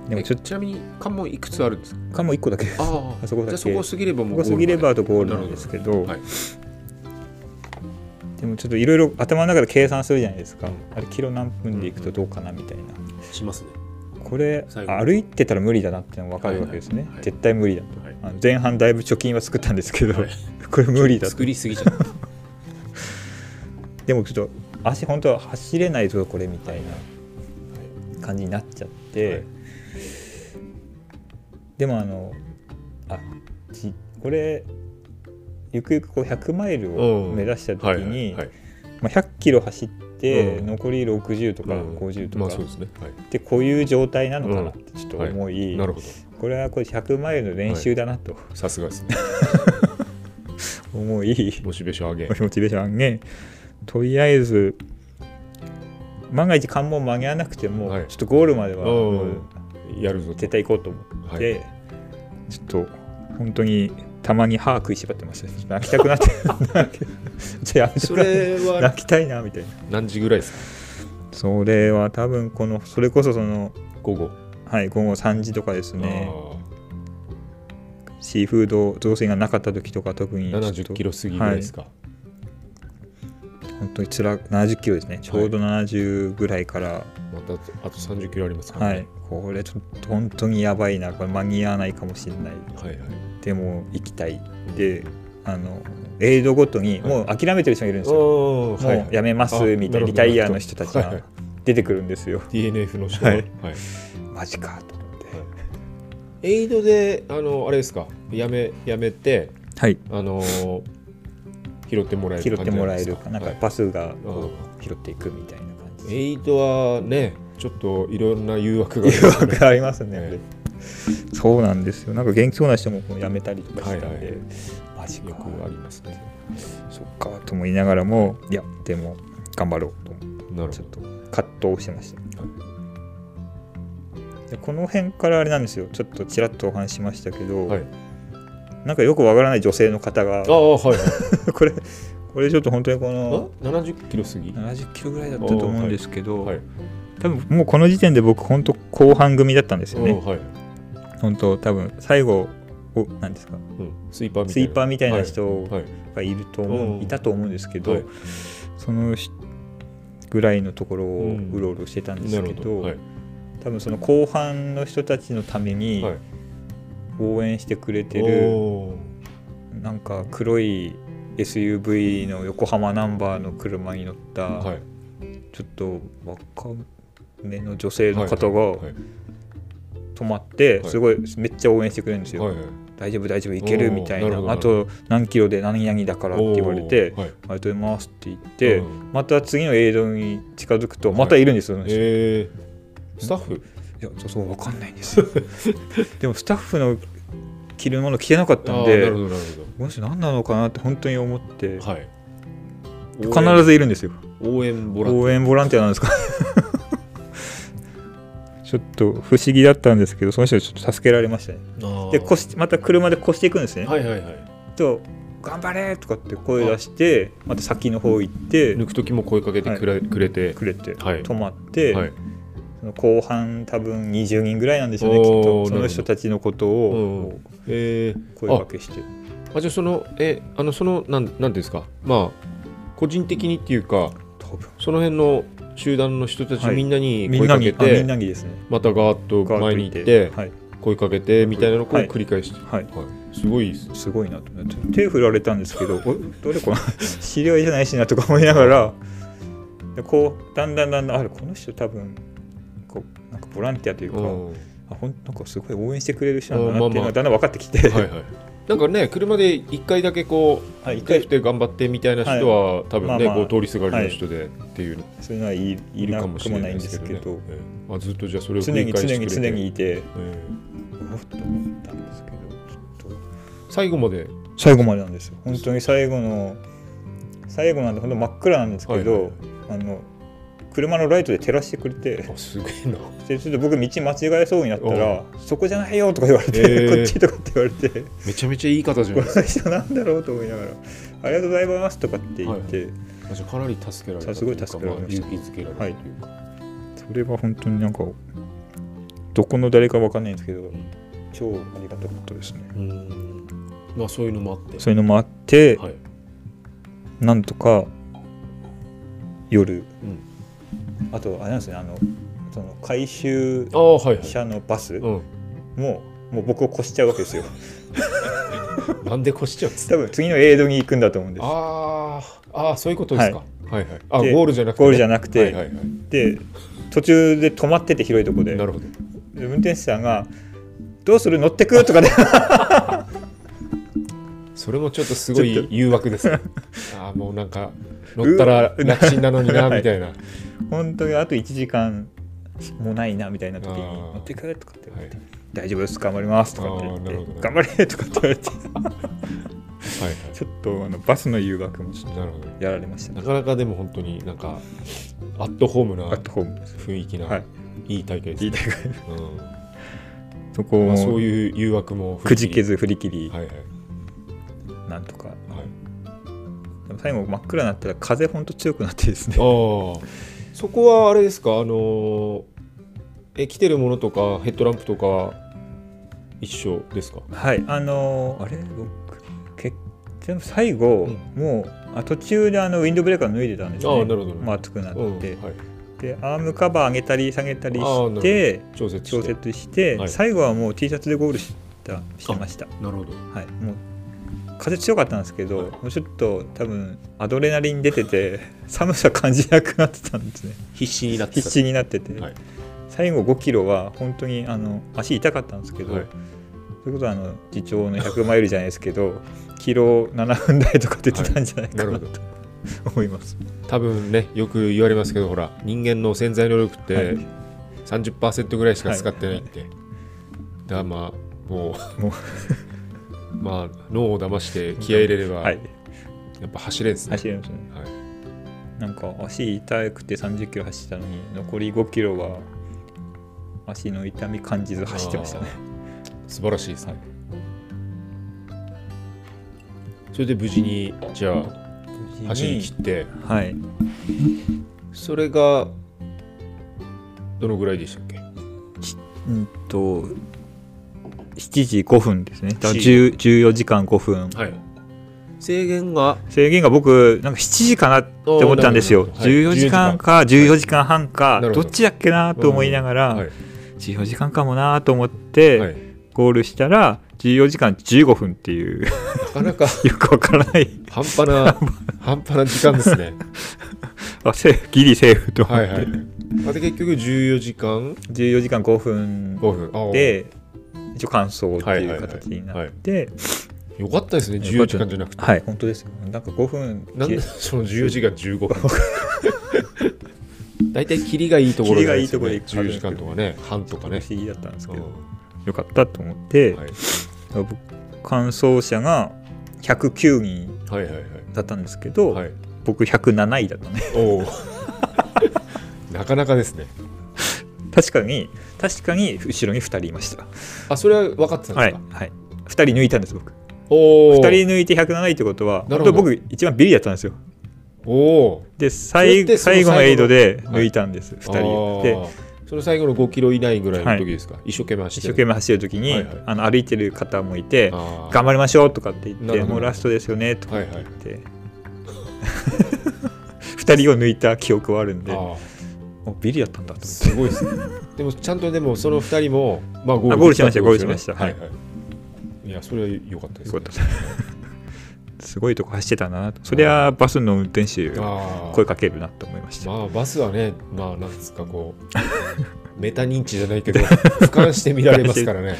S1: い
S2: でもちょっ
S1: えちなみに関門いくつあるんですか
S2: と関門1個だけです
S1: あ
S2: あそこだけ
S1: じゃあそこを過ぎればも
S2: こ
S1: う
S2: こ過ぎればあ
S1: ゴ
S2: とゴールな
S1: なるほ
S2: ん
S1: ど
S2: ですけど、
S1: はい
S2: でもちょっといろいろ頭の中で計算するじゃないですか、
S1: うん
S2: あれキロ何分で行くとどうかなみたいな、
S1: ールまでしますね
S2: これ
S1: 最後
S2: 歩いてたら無理だなってのが分かるわけですね、
S1: はいはいはい
S2: 絶対無理だと
S1: はい
S2: あの前半だいぶ貯金は作ったんですけど、
S1: はい
S2: これ無理だと
S1: 作りすぎちゃった
S2: でもちょっと足本当は走れないぞこれみたいな感じになっちゃって、
S1: はい
S2: でもあのあじこれゆくゆくこう100マイルを目指した時
S1: はいはい
S2: に
S1: はい
S2: まあ100キロ走って、
S1: うん
S2: 残り60とか
S1: うん
S2: 50とか、
S1: まあそうですねは
S2: でこういう状態なのかなってちょっと思い、
S1: いなるほど
S2: これはこれ100マイルの練習だなと
S1: さすがですね
S2: 思い、
S1: モチベーション上げ
S2: モチベーション上げとりあえず万が一関門間に合わなくても、
S1: はい
S2: ちょっとゴールまで
S1: う
S2: は
S1: ん
S2: もう
S1: やるぞと
S2: 絶対行こうと思っ
S1: は
S2: て、
S1: い
S2: ちょっと本当にたまに歯食いしばってましたねちょっと泣きたくなって じゃあ
S1: それは
S2: 泣きたいなみたいな
S1: 何時ぐらいです
S2: それは多分このそれこそその
S1: か午後
S2: はい午後3時とかですね
S1: あ
S2: シーフード造船がなかった時とか特に
S1: ー
S2: ちょっ
S1: 70
S2: と
S1: キロ過ぎぐらいですか
S2: 本当につら70キロですねちょうど70ぐらいから、
S1: またあと30キロありますから
S2: は
S1: ね
S2: い、これちょっと本当にやばいなこれ間に合わないかもしれない
S1: はいはい
S2: でも行きたいであのエイドごとに
S1: はい
S2: もう諦めてる人がいるんですよ、
S1: おーはい
S2: もうやめます
S1: あ
S2: みた
S1: な
S2: い
S1: るほ
S2: な
S1: ど
S2: リタイアの人たち
S1: はいはい
S2: が出てくるんですよ、
S1: DNF の人は
S2: はい
S1: はい
S2: マジかと思って
S1: はいエイドであのあれですかやめやめて
S2: はい
S1: あのー拾ってもらえる
S2: 拾っ
S1: 感
S2: て
S1: じな
S2: も
S1: ん
S2: ら
S1: で
S2: え
S1: す
S2: るかなんか
S1: はい
S2: パスが
S1: あ
S2: こう拾っていくみたいな感じ
S1: エイドはねちょっといろんな誘惑があり
S2: 誘
S1: ますね
S2: 惑ありますね、
S1: え
S2: そうなんですよなんか元気そうな人もこう辞めたりとかしたんで、
S1: はいはい
S2: マジか
S1: よくありますね
S2: そっかとも言いながらもいやでも頑張ろうと思って
S1: なる
S2: ちょっ
S1: ほ
S2: と葛藤してました、
S1: は
S2: でこの辺からあれなんですよちょっとちらっとお話ししましたけど、
S1: どはい
S2: なんかよくわからない女性の方が
S1: あ
S2: こ
S1: あはい
S2: れ これちょっと本当にこの
S1: あ70キロ過ぎ
S2: 70キロぐらいだったと思うんですけど、
S1: はい
S2: 多分もうこの時点で僕本当後半組だったんですよ
S1: うん
S2: ね
S1: はい
S2: 本当多分最後お何ですか
S1: うんスイーパーみた
S2: ス
S1: い
S2: イ
S1: な
S2: ーパーみたいな人
S1: はい
S2: がいると思う、
S1: うん
S2: いたと思うんですけど、
S1: はい
S2: その人ぐらいのところを
S1: うん
S2: うろうろしてたんで
S1: な
S2: す
S1: る
S2: け
S1: ほ
S2: ど、
S1: どはい
S2: 多分その後半の人たちのために
S1: はい
S2: 応援してくれてる、
S1: おー
S2: なんか黒い SUV の横浜ナンバーの車に乗った、
S1: はい
S2: ちょっと若めの女性の方
S1: は
S2: が
S1: い
S2: 泊まって、
S1: はい
S2: すごいめっちゃ応援してくれるんですよ、
S1: はいはい
S2: 大丈夫大丈夫いけるみたい
S1: おーな
S2: な
S1: るほど
S2: あと何キロで何々だからって言われて
S1: おーはい
S2: ありがとうございますって言って、
S1: うん
S2: また次の映像に近づくとまたいるんですよ、その人
S1: えースタッフ
S2: いやそうそう分かんないん ですよでもスタッフの着るもの着てなかったんで
S1: あーなるほどなるほ
S2: もし何なのかなって本当に思って、
S1: どはい
S2: 必ずいるんですよ
S1: 応援ボランテ
S2: 応援ボランティアなんですか ちょっと不思議だったんですけどその人にちょっと助けられましたね
S1: ィア
S2: で越しまた車で越していくんですね、
S1: はいはいはい
S2: と「頑張れ!」とかって声出してまた先の方行って
S1: 抜く時も声かけてくれ,、くれて
S2: くれて、
S1: はい
S2: 止まって、
S1: はい
S2: その後半多分20人ぐらいなんですよねきっ
S1: おーなるほ
S2: と
S1: ど
S2: その人たちのことをこ
S1: え
S2: う声かけして
S1: ー、あじゃあそのえあのそのなんなんていうんですかまあ個人的にっていうか
S2: 多分
S1: その辺の集団の人たち
S2: はい
S1: みんなに
S2: み
S1: 声
S2: んな
S1: か
S2: に
S1: け
S2: あ
S1: て、
S2: みんなにですね
S1: またガーッと前に行って
S2: はい、
S1: 声かけてみたいなのをこう
S2: はい
S1: 繰り返して、は
S2: はい、
S1: いすごいですね
S2: すごいなと思って手振られたんですけど おどれこの知り合いじゃないしなとか思いながらでこうだんだんだんだんあれこの人多分こうなんかボランティアというか、
S1: うんは
S2: あほんなんかすごい応援してくれる人なん
S1: うん
S2: だ
S1: ま
S2: な
S1: あ
S2: っていうの
S1: まあ
S2: がだんだん分かってきて、
S1: いはいなんかね車で一回だけこう
S2: はい一
S1: 手
S2: 回
S1: 振って頑張ってみたいな人は、多分ね、
S2: まあまあ
S1: こう通りすがりの人でっていう、
S2: そういうのはい
S1: い、
S2: い
S1: る
S2: な
S1: か
S2: く
S1: もし
S2: も
S1: れな
S2: ない
S1: い
S2: ん
S1: で
S2: ですす
S1: け
S2: け
S1: ど、ね
S2: ど、
S1: ええあずっとじゃあそれを繰
S2: 常
S1: り
S2: に
S1: 返し
S2: 常
S1: てく
S2: に
S1: れて
S2: 常にいて
S1: ええ
S2: おっと思ったんですけどちょっと
S1: 最後まで
S2: 最後までなんですよ本当に最後の最後なんで本当真っ暗なんですけど、
S1: はいはい
S2: あの車のライトで照らしてくれて
S1: あすげえな
S2: でちょっと僕道間違えそうになったら「そこじゃないよ」とか言われて、
S1: えー
S2: こっちとかって言われて「
S1: めちゃめちゃいい方 じゃ
S2: こ
S1: ないです
S2: の人なんだろう?」と思いながら「ありがとうございます」とかって言って、
S1: かじゃあかなり助けられた
S2: さすごい助けられました
S1: というかまあ勇気づけられたというか、
S2: それは本当になんかどこの誰かわかんないんですけど超ありがたかったですね。
S1: うんまあそういうのもあって
S2: そういうのもあって、
S1: はい、
S2: なんとか夜
S1: うん、
S2: あとあれなんですねあのその回収
S1: ああはいはい、
S2: 車のバス
S1: う
S2: もうもう僕を越しちゃうわけですよ
S1: ん、なんで越しちゃうんですか
S2: 多分次のエイドに行くんだと思うんです
S1: あーあーそういうことですか、
S2: は
S1: はい、はいあ
S2: で
S1: ゴールじゃなくて、
S2: ゴールじゃなくて
S1: はいはいはい
S2: で途中で止まってて広いとこで
S1: なるほど
S2: で運転手さんが「どうする乗ってく?」とかで
S1: それもちょっとすご
S2: ちょっ
S1: い
S2: と
S1: 誘惑です ねああもうなんか乗ったら楽ちんなのにな
S2: はい
S1: みたいな、はい
S2: 本当にあと1時間もないなみたいな時に
S1: あー
S2: 「乗ってく?」とかって言われて「大丈夫です頑張ります」とかって言っ
S1: あ
S2: て
S1: ーなるほどね
S2: 「頑張れ!」とかって言われて
S1: はい
S2: ちょっとあのバスの誘惑もちょっ
S1: なるほど
S2: とやられました
S1: な
S2: ね
S1: かなかでも本当になんかアットホームな
S2: アットホームです
S1: 雰囲気な、
S2: はい
S1: い、い大会です
S2: 言い
S1: ね、
S2: たいぐらい
S1: うん
S2: そこ
S1: まあ、そう
S2: を
S1: いう誘惑も振
S2: く
S1: り
S2: じ
S1: 切
S2: け
S1: り
S2: ず振り切り
S1: はいはい
S2: なんとか
S1: はい
S2: でも最後真っ暗になったら風ほんと強くなってですね
S1: ああそこはあれですかあのーえ来てるものとかヘッドランプとか一緒ですか
S2: はいあのーあれ僕結全部最後、もうあ途中であのウィンドブレーカー脱いでたんです
S1: あ
S2: ね
S1: あなるほど
S2: もう暑くなって、
S1: うんはい、
S2: でアームカバー上げたり下げたり
S1: ああなるほ
S2: して
S1: 調節して
S2: 調節して、
S1: はい
S2: 最後はもう T シャツでゴールしたしてました
S1: なるほど
S2: はいもう風強かったんですけど、
S1: はい
S2: もうちょっと多分アドレナリン出てて 寒さ感じなくなってたんですね
S1: 必死になってた
S2: 必死になってて、
S1: はい
S2: 最後5キロは本当にあの足痛かったんですけど、
S1: はい
S2: それこそあの自重の100マイルじゃないですけどキロ7分台とか出てたんじゃないか
S1: は
S2: ない
S1: なるほ
S2: と思います。
S1: 多分ねよく言われますけどほら人間の潜在能力っ
S2: は
S1: て
S2: い
S1: 30%ぐらいしか使ってないって、だからまあもう
S2: もう
S1: まあ脳を騙して気合い入れれば、
S2: はい、
S1: やっぱ走れんですね
S2: 走れますね。
S1: はい
S2: なんか足痛くて30キロ走ったのに残り5キロは足の痛み感じず走ってましたね。
S1: 素晴らしいですね、
S2: はい
S1: それで無事にじゃあ走り切って
S2: はい。
S1: それがどのぐらいでしたっけ
S2: うんと7時5分ですね。だから
S1: 7
S2: 10 14時間5分。
S1: はい制限が
S2: 制限が僕なんか7時かなって思ったんですよ、
S1: おーなるほどはい
S2: 14時間か14時間半か、
S1: なるほ
S2: ど
S1: ど
S2: っちだっけなと思いながら、
S1: はい
S2: 14時間かもなと思って、
S1: はい
S2: ゴールしたら14時間15分っていう
S1: な かなか
S2: よくわからない
S1: 半端 な半端な時間ですね
S2: あセーフギリセーフと思って、
S1: まあで結局14時間
S2: 14時間5分
S1: 5分ああ
S2: で一応完走っていう形になって、はい
S1: よかったですね14時間じゃなくて
S2: 本当ですよなんか5分
S1: なんで
S2: 切
S1: その14時間15分 大体キリがいいところなんですよね
S2: キリがいいところ
S1: 14時間とかね半とかね
S2: れ不思議だったんですけど、
S1: う
S2: よかったと思って、
S1: んはい
S2: 僕完走者が109人
S1: はいはいはい
S2: だったんですけど、
S1: はい、
S2: 僕107位だったね
S1: お なかなかですね。
S2: 確かに確かに後ろに2人いました
S1: あ、それは分かってたんで
S2: は
S1: す
S2: い、
S1: か。
S2: はい、2人抜いたんです僕
S1: おお。
S2: 2人抜いて107位ってことは
S1: な
S2: 本
S1: る
S2: 当
S1: ほど
S2: 僕一番ビリだったんですよ
S1: おお。
S2: で
S1: それっ
S2: 最
S1: てその
S2: 最後のエイドで
S1: 後の
S2: 抜いたんです、2人で
S1: あーその最後の5キロ以内ぐらいの時ですか。一生懸命走
S2: 一
S1: って
S2: 生
S1: る。
S2: 懸命走る時に、
S1: はいはい
S2: あの歩いてる方もいて
S1: あー
S2: 頑張りましょうとかって言っ
S1: なる
S2: て
S1: ほど
S2: もうラストですよねとか
S1: はいはい。
S2: 言って、2人を抜いた記憶はあるんで
S1: ああ、
S2: おビリだったんだと思って
S1: すごいですね。でもちゃんとでもその2人もまあゴー
S2: あ
S1: ル
S2: ゴールしました
S1: ってことですよね
S2: ゴールしましたはい
S1: はいはい。いやそれは良かったです、
S2: よかったですごいとこ走ってたなとそりゃバスの運転手が
S1: あ
S2: 声
S1: あ。
S2: かけるなと思いました
S1: まあバスはね、まあなんですかこう メタ認知じゃないけど俯瞰して見られますからね。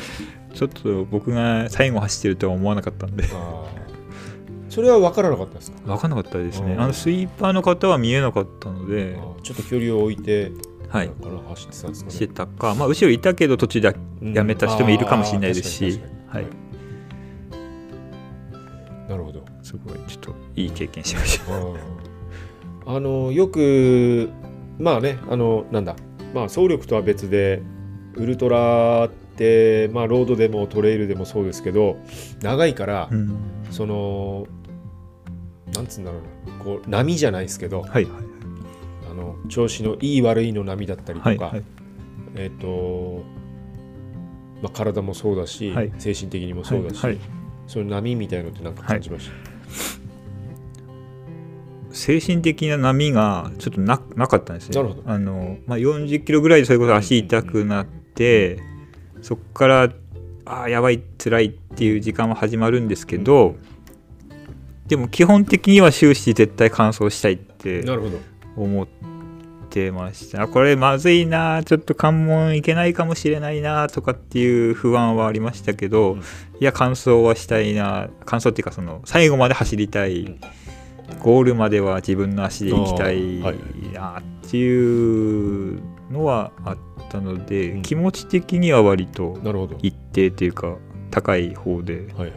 S2: ちょっと僕が最後走ってるとは思わなかったんで
S1: あーそれは分からなかったですか。
S2: 分かんなかったですね
S1: うん
S2: あのスイーパーの方は見えなかったので
S1: あちょっと距離を置いて、
S2: はい
S1: なんかな走ってたんですか
S2: して
S1: ね。
S2: たかまあ後ろいたけど途中で
S1: うん
S2: やめた人もいるかもしれないですし
S1: あー確かに
S2: はい
S1: 確かにはいなるほど。
S2: すごいちょっといい経験しました
S1: あーあのよくまあねあのなんだまあ走力とは別でウルトラってまあロードでもトレイルでもそうですけど長いから、
S2: うん
S1: そのなんつうんだろうなこう波じゃないですけど
S2: はいはい
S1: あの調子のいい悪いの波だったりとか、
S2: はいはい
S1: えっ、と、まあ、体もそうだし、
S2: はい
S1: 精神的にもそうだし、
S2: はいはい
S1: その波みたいのってなんか感じまし
S2: 精神的な波がちょっとななかったんですね。
S1: なるほど、
S2: あのまあ、40キロぐらいでそれこそ足痛くなって、そこからああやばい辛いっていう時間は始まるんですけど、でも基本的には終始絶対完走したいったて
S1: なるほど
S2: 思ってましたあこれまずいなちょっと関門いけないかもしれないなとかっていう不安はありましたけど、
S1: うん
S2: いや完走はしたいな完走っていうかその最後まで走りたい、
S1: うん
S2: ゴールまでは自分の足で行きたい
S1: あーはい
S2: なっていうのはあったので、
S1: うん
S2: 気持ち的には割と
S1: なるほど
S2: 一定というか高い方で
S1: はいは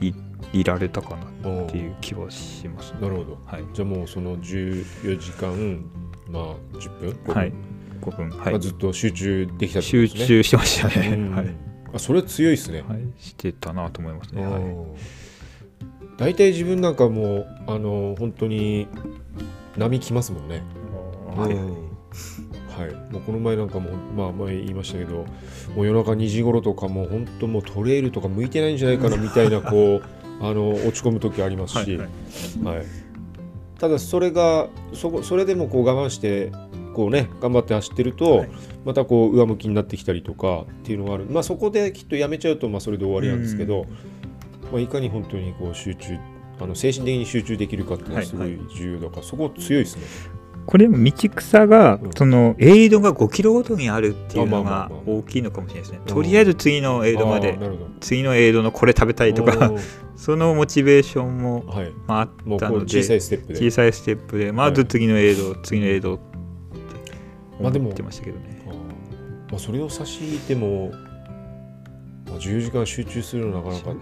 S1: い
S2: いられたかな
S1: おー
S2: っていう気はしますね。
S1: なるほど
S2: はい
S1: じゃあもうその14時間まあ10分、5分
S2: はい、5分、は
S1: まあ
S2: い、
S1: ずっと集中できたってこと
S2: 集
S1: ですね
S2: 中してました
S1: う
S2: ね。
S1: ん
S2: はい、
S1: あそれ強いですね、
S2: はい、してたなと思いますね。
S1: だ
S2: はい、
S1: 大体自分なんかもうあの本当に波来ますもんね。
S2: は
S1: は
S2: い
S1: い、もうこの前なんかも、まあ、前言いましたけどもう夜中2時頃とかもう本当もうトレイルとか向いてないんじゃないかなみたいなこうあの落ち込む時ありますし、
S2: はい
S1: はいただそれがそこそれでもこう我慢してこう、ね、頑張って走ってると、
S2: はい
S1: またこう上向きになってきたりとかっていうのがある、まあ、そこできっとやめちゃうとまあそれで終わりなんですけど、まあ、いかに本当にこう集中あの精神的に集中できるかっていうのはすごい重要だから、そこ強いですね。
S2: これも道草が、
S1: うん
S2: そのエイドが5キロごとにあるっていうの
S1: あまあまあ
S2: が
S1: まあまあ
S2: 大きいのかもしれないですね。
S1: うん
S2: とりあえず次のエイドま
S1: あ
S2: で
S1: ーなるほど
S2: 次のエイドのこれ食べたいとか
S1: おー
S2: そのモチベーションも
S1: はい、
S2: まああっ
S1: もうこ
S2: た
S1: う
S2: ので
S1: 小さいステップで
S2: 小。さいステップでまず次のエイド、次のエイドって
S1: まあでも
S2: 思ってましたけどね。
S1: あーまあ、それを差し引いても、まあ、10時間集中するのはなかなか、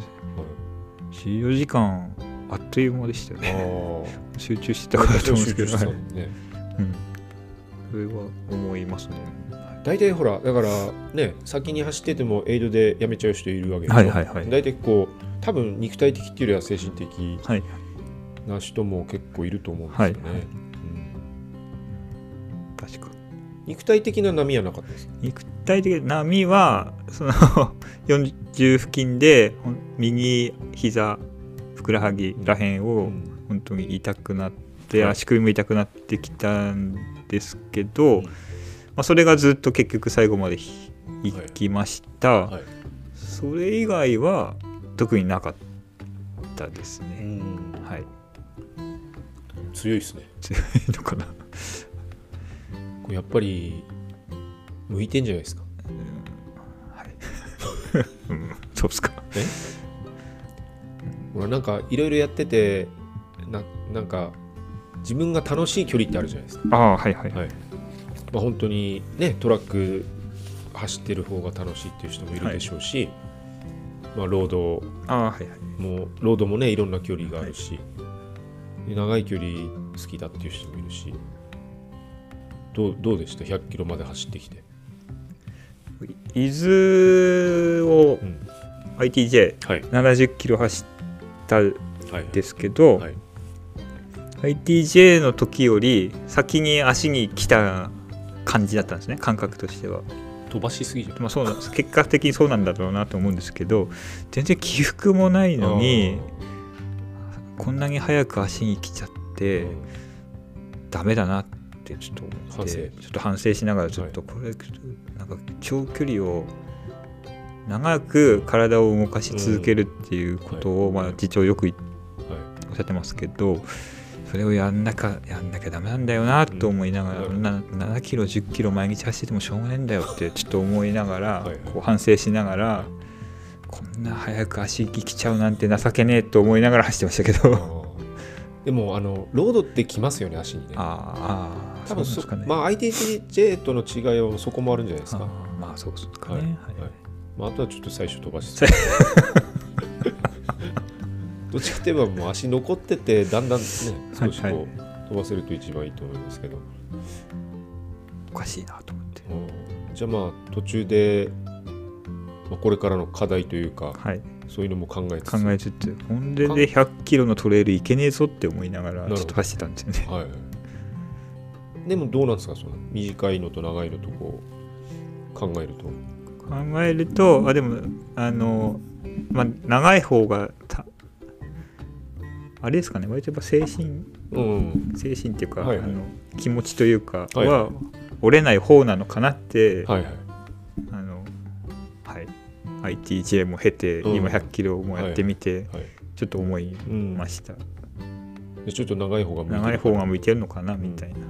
S2: 14時間あっという間でした よね。
S1: はい、
S2: 集中して
S1: あ
S2: たからだ
S1: ー
S2: と思うんですけど、
S1: 集中してた
S2: は
S1: も
S2: い
S1: んね
S2: うん、それは思いますね。は
S1: 大体ほらだからね先に走っててもエイドでやめちゃう人いるわけでしょ、
S2: はいはいはい
S1: 大体こう多分肉体的っていうよりは精神的
S2: はい
S1: な人も結構いると思うんですよね、
S2: はいはい
S1: うん
S2: 確か
S1: 肉体的な波はなかったですか
S2: 肉体的な波はその 40付近でほん右膝ふくらはぎらへん
S1: う
S2: を
S1: ん
S2: 本当に痛くなって、
S1: はい
S2: 足首も痛くなってきたんですけど、
S1: うん
S2: まあ、それがずっと結局最後までひ行きました、
S1: はい
S2: それ以外は特になかったです
S1: う
S2: ね、
S1: ん
S2: はい
S1: 強いですね
S2: 強いのかな
S1: これやっぱり向いてんじゃないですか
S2: はい、うん、 そうっすか
S1: ほらなんかいろいろやっててななんか自分が楽しい距離ってあるじゃないですか、
S2: ああはいはい
S1: はいまあ、本当にねトラック走ってる方が楽しいっていう人もいるでしょうし、まあ、ロード
S2: ああはいはい
S1: もロードもねいろんな距離があるし、で長い距離好きだっていう人もいるしどうどうでした100キロまで走ってきて、
S2: 伊豆を
S1: うん、
S2: ITJ70
S1: はい
S2: キロ走ったん
S1: はい
S2: ですけど、
S1: はい
S2: ITJ の時より先に足に来た感じだったんですね感覚としては、
S1: 飛ばしすぎじゃない
S2: まあ、そうな んです結果的にそうなんだろうなと思うんですけど全然起伏もないのにこんなに早く足に来ちゃって
S1: うん
S2: ダメだなってちょっと思っ
S1: 反省
S2: てちょっと反省しながらちょっとこれなんか長距離を長く体を動かし続けるっていうことを
S1: うん
S2: ま
S1: はい
S2: あ次長よく言って
S1: は
S2: おっしゃってますけどそれをやんなきゃやんなきゃダメなんだよなと思いながら、
S1: うん
S2: な7キロ10キロ毎日走っててもしょうがないんだよってちょっと思いながら
S1: はいはい
S2: こう反省しながらこんな早く足行き来ちゃうなんて情けねえと思いながら走ってましたけ
S1: いあ
S2: ど
S1: ーでもあのロードってきますよね足にね
S2: あーあー
S1: 多分
S2: う
S1: そ
S2: なんですかね、
S1: まあ ITJ との違いはそこもあるんじゃないですか。
S2: あ
S1: は
S2: ーまあそうですか
S1: いはい
S2: ね、
S1: まあ、あとはちょっと最初飛ばして。 どっちかといえばもう足残っててだんだんね少しこう飛ばせると一番いいと思いますけど、
S2: おかしいなと思って。
S1: うんじゃあまあ途中で、まあ、これからの課題というか
S2: はい、
S1: そういうのも考えつつ
S2: 考えつつほんでで100キロのトレイルいけねえぞって思いなが
S1: な
S2: ら
S1: るほど
S2: ちょっと走ってたんですよね。
S1: はい、でもどうなんですかその短いのと長いのとこう考えると、
S2: 考えるとあでもあの、まあ、長い方がたあれですかね割とやっぱ精神
S1: うん、
S2: 精神っていうか、
S1: はいはい
S2: あの気持ちというか
S1: はい
S2: は折れない方なのかなって、
S1: はいはい
S2: あのはい ITJ も経て、
S1: うん
S2: 今1 0 0キロもやってみて、
S1: はい、
S2: ちょっと思いうま
S1: ん、
S2: した、
S1: でちょっと長い方が向いてる
S2: 長い方が向いてるのかなみたいな、で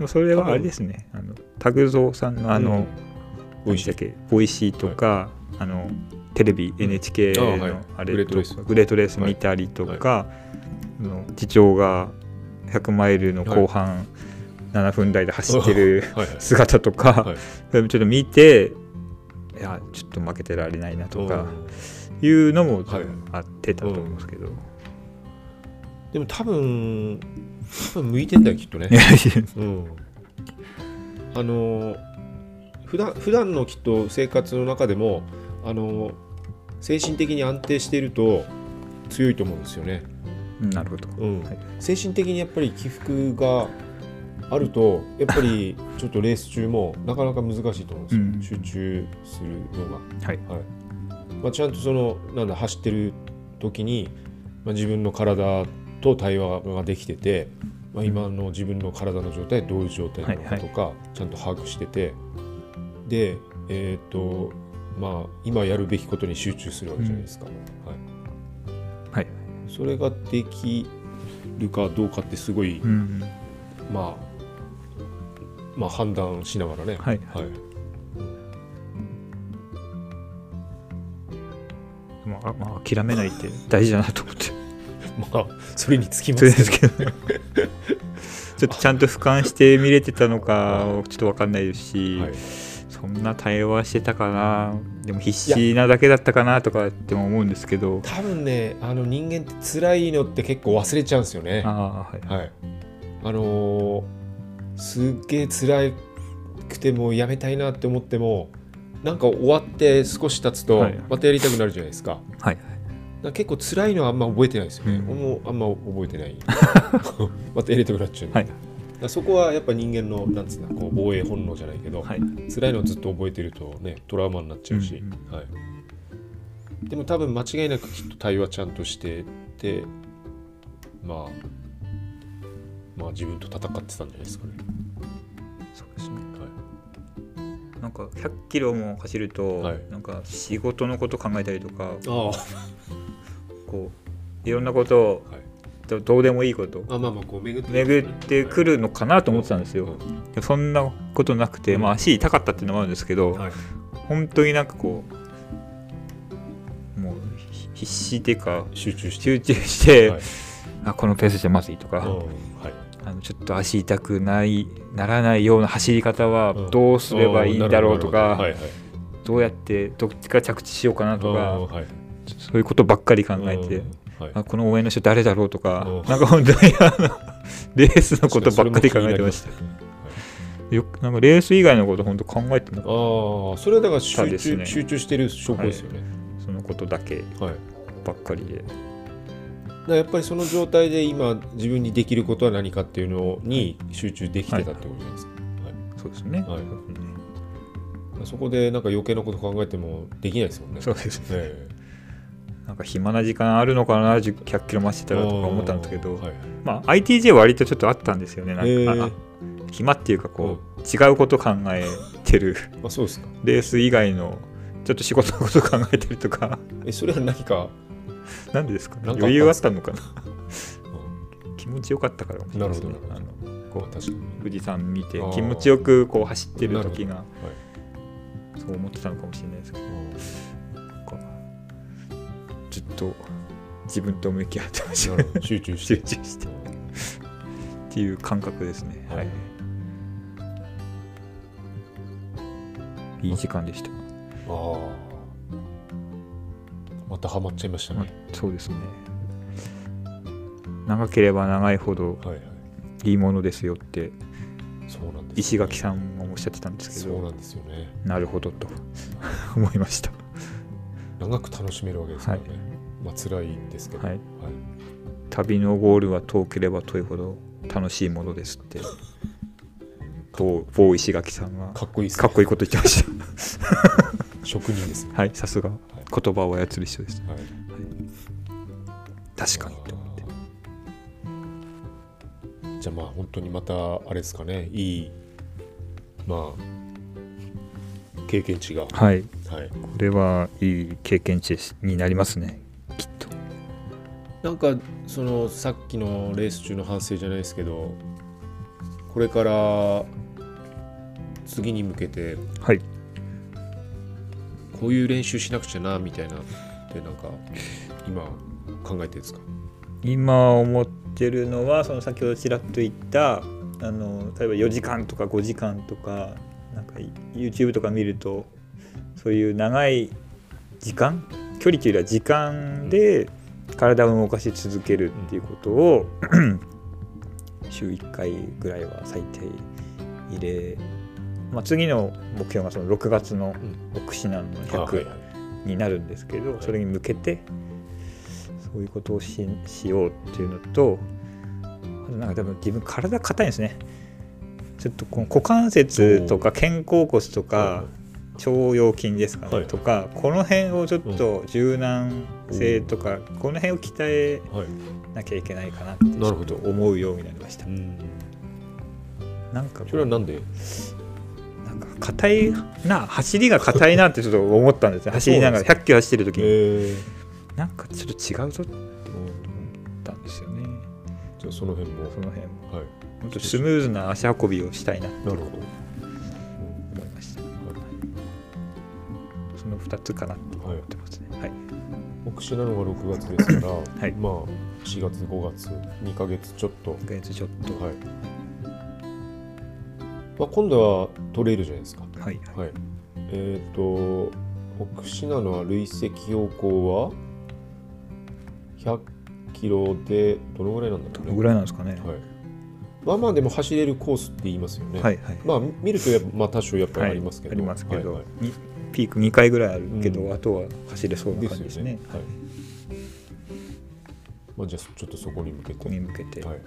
S2: もそれはあれですねあのタグゾーさんのあの、
S1: うん、美味しい
S2: 何でしたっけボイシーとか、あのテレビ NHK
S1: あ
S2: の
S1: はい
S2: あ
S1: グレ
S2: れ
S1: ートレ
S2: と
S1: ース
S2: かグレートレース見たりとか、あの次長が100マイルの後半7分台で走ってる、
S1: はいはい
S2: 姿とか、
S1: はい
S2: ちょっと見ていやちょっと負けてられないなとかいうのも
S1: はい
S2: あってたと思うんですけど、
S1: うんでも多分多分向いてんだよきっとね
S2: い、やいや
S1: うん、あのー普段普段のきっと生活の中でもあのー精神的に安定していると強いと思うんですよね、
S2: なるほど、
S1: うん
S2: はい
S1: 精神的にやっぱり起伏があるとやっぱり ちょっとレース中もなかなか難しいと思うんですよ、
S2: うん
S1: 集中するのが。
S2: はい
S1: まあ、ちゃんとそのなんだ走ってる時に、まあ、自分の体と対話ができてて、まあ、今の自分の体の状態どういう状態なのかとか、ちゃんと把握しててでえっ、とまあ今やるべきことに集中するわけじゃないですか、はい、
S2: はい
S1: それができるかどうかってすごい、
S2: うん
S1: まあまあ判断しながらね
S2: はい
S1: はい
S2: まあまあ、諦めないって大事だなと思って
S1: まあそれにつきま
S2: それ
S1: す
S2: ですけ どちょっとちゃんと俯瞰して見れてたのかちょっと分かんないですし、
S1: はい
S2: そんな対話してたかなでも必死なだけだったかなとかっても思うんですけど
S1: 多分ねあの人間って辛いのって結構忘れちゃうんですよね。
S2: ああはい
S1: はい、あのーすっげえ辛くてもうやめたいなって思ってもなんか終わって少し経つと
S2: はい
S1: またやりたくなるじゃないですか。
S2: はい
S1: だから結構辛いのはあんま覚えてないですよね。
S2: うん
S1: もうあんま覚えて ない。またやりたくなっちゃうんで。
S2: はい
S1: だからそこはやっぱ人間のなんつうのこう防衛本能じゃないけど、
S2: はい
S1: 辛いのをずっと覚えてるとねトラウマになっちゃうし、
S2: うん
S1: はい、でも多分間違いなくきっと対話ちゃんとしててまあまあ自分と戦ってたんじゃないですかね、
S2: そうですね
S1: は
S2: なんか100キロも走ると、
S1: はい
S2: なんか仕事のこと考えたりとか
S1: い、あ
S2: こういろんなことを、
S1: はい
S2: どどうでもいいこと
S1: あまあまあこう巡って
S2: 巡ってくるのかなと思ってたんですよ、
S1: うん
S2: でもそんなことなくて、まあ、足痛かったっていうのもあるんですけど、
S1: はい
S2: 本当になんかこうもうひ必死っていうか
S1: 集中して
S2: 集中して、
S1: はい
S2: あこのペースじゃまずいとか、
S1: うんはい
S2: あのちょっと足痛くないならないような走り方は
S1: うん
S2: どうすればいいんだろうとか、
S1: あーなるほどなる
S2: どうやってどっちから着地しようかな
S1: ほど
S2: と
S1: はいはい
S2: か、
S1: うんはい
S2: そういうことばっかり考えて、
S1: うんはい
S2: あこの応援の人誰だろうとか、
S1: うん
S2: なんか本当にあのレースのことばっかり考えてました
S1: それも気になりますね
S2: よくなんかレース以外のこと本当考えてなかっ
S1: ああそれはだから集
S2: たで
S1: 中,、
S2: すね
S1: 集中してる証拠ですよね、
S2: たそのことだけ
S1: はい、
S2: ばっかりで
S1: だからやっぱりその状態で今自分にできることは何かっていうのに集中できてたってことじゃないですか、
S2: そうですね、
S1: はい
S2: そうですね
S1: そこでなんか余計なこと考えてもできないですもんね
S2: そうですね
S1: え
S2: なんか暇な時間あるのかな1 0 0キロ走っ
S1: え
S2: たらとか思ったんですけど、
S1: はいはい
S2: まあ、ITJ は割とちょっとあったんですよねなんか、
S1: ええ
S2: あ暇っていうかこう、違うこと考えてる
S1: あそうですか
S2: レース以外のちょっと仕事のこと考えてるとか
S1: えそれは何か、
S2: なんでですか,、ね、
S1: なんかあったんですか
S2: 余裕あったのかな
S1: うん
S2: 気持ちよかったからかもしれないですね
S1: なるほどなる
S2: あの
S1: まあ
S2: こう
S1: 確かに、
S2: 富士山見て
S1: あー
S2: 気持ちよくこう走ってる時
S1: な
S2: が
S1: るほどはい
S2: そう思ってたのかもしれないですけど
S1: うん
S2: なんかずっと自分と向き合ってました
S1: なるほど集中して
S2: 集中してっていう感覚ですねはいいい時間でした
S1: ああまたハマっちゃいました
S2: まあ
S1: ね、
S2: そうですね長ければ長いほど
S1: はいはい
S2: いいものですよって
S1: そうなんです
S2: 石垣さんもおっおっしゃってたんですけ
S1: そう
S2: ど
S1: なんですよね
S2: なるほどと 思いました
S1: 長く楽しめるわけですからね、まあ辛いんですけど、
S2: はい
S1: はい
S2: 旅のゴールは遠ければ遠いほど楽しいものですって某某石垣さんは
S1: かっこいいです、ね、
S2: かっこいいこと言ってました
S1: 職人ですね、
S2: はいさすが言葉を操る人です
S1: はい、
S2: 確かにと思って
S1: じゃあまあ本当にまたあれですかねいいまあ経験値がは
S2: はいこ
S1: い
S2: れはいい経験値ですになりますねきっと
S1: なんかそのさっきのレース中の反省じゃないですけどこれから次に向けて
S2: はい
S1: こういう練習しなくちゃなみたいなってなんか今考えてるんですか
S2: 今思ってるのはその先ほどちらっと言ったあの例えば4時間とか5時間とかなんか YouTube とか見るとそういう長い時間距離というよりは時間で体を動かし続けるっていうことを 週1回ぐらいは最低入れ、まあ、次の目標がその6月の奥志南の100、
S1: はいはい
S2: になるんですけどそれに向けてそういうことをししようっていうのとあとなんか多分自分体硬いんですねちょっとこの股関節とか肩甲骨とか腸腰筋ですかね、
S1: はい
S2: とかこの辺をちょっと柔軟性とか、この辺を鍛え
S1: はい
S2: なきゃいけないかなってち
S1: なる
S2: ょ
S1: ほ
S2: っと
S1: ど
S2: 思うようになりました
S1: うん
S2: なんかこう
S1: それはなんで
S2: なんか硬いな走りが硬いなってちょっと思った んですね走りながら100キロ走ってる時に、
S1: えー
S2: なんかちょっと違うぞって思ったんですよね
S1: じゃあその辺も
S2: その辺も
S1: はい
S2: もっとスムーズな足運びをしたいなと
S1: なるほど
S2: 思いましたその2つかなって思ってますねはい、
S1: 僕死なのが6月ですから、
S2: い
S1: まあ4月5月2ヶ月ちょっとは
S2: 1ヶ月ちょっと
S1: い、まあ、今度はトレイルじゃないですか
S2: はい
S1: はいえっ、と北信濃は累積標高は100キロでどのぐらいなんだろう
S2: ど
S1: ね
S2: のぐらいなんですかね
S1: はい、まあまあでも走れるコースって言いますよね、
S2: はいはい
S1: まあ見るとやっぱまあ多少やっぱりありますけど、
S2: はいありますけど、
S1: はいはい
S2: にピーク2回ぐらいあるけど、
S1: うん
S2: あとは走れそうな
S1: で
S2: 感
S1: す
S2: じ
S1: よ
S2: で
S1: ね。
S2: すね
S1: はい。まあじゃあちょっとそこに向けて。
S2: ここに向けて、
S1: は
S2: はいい。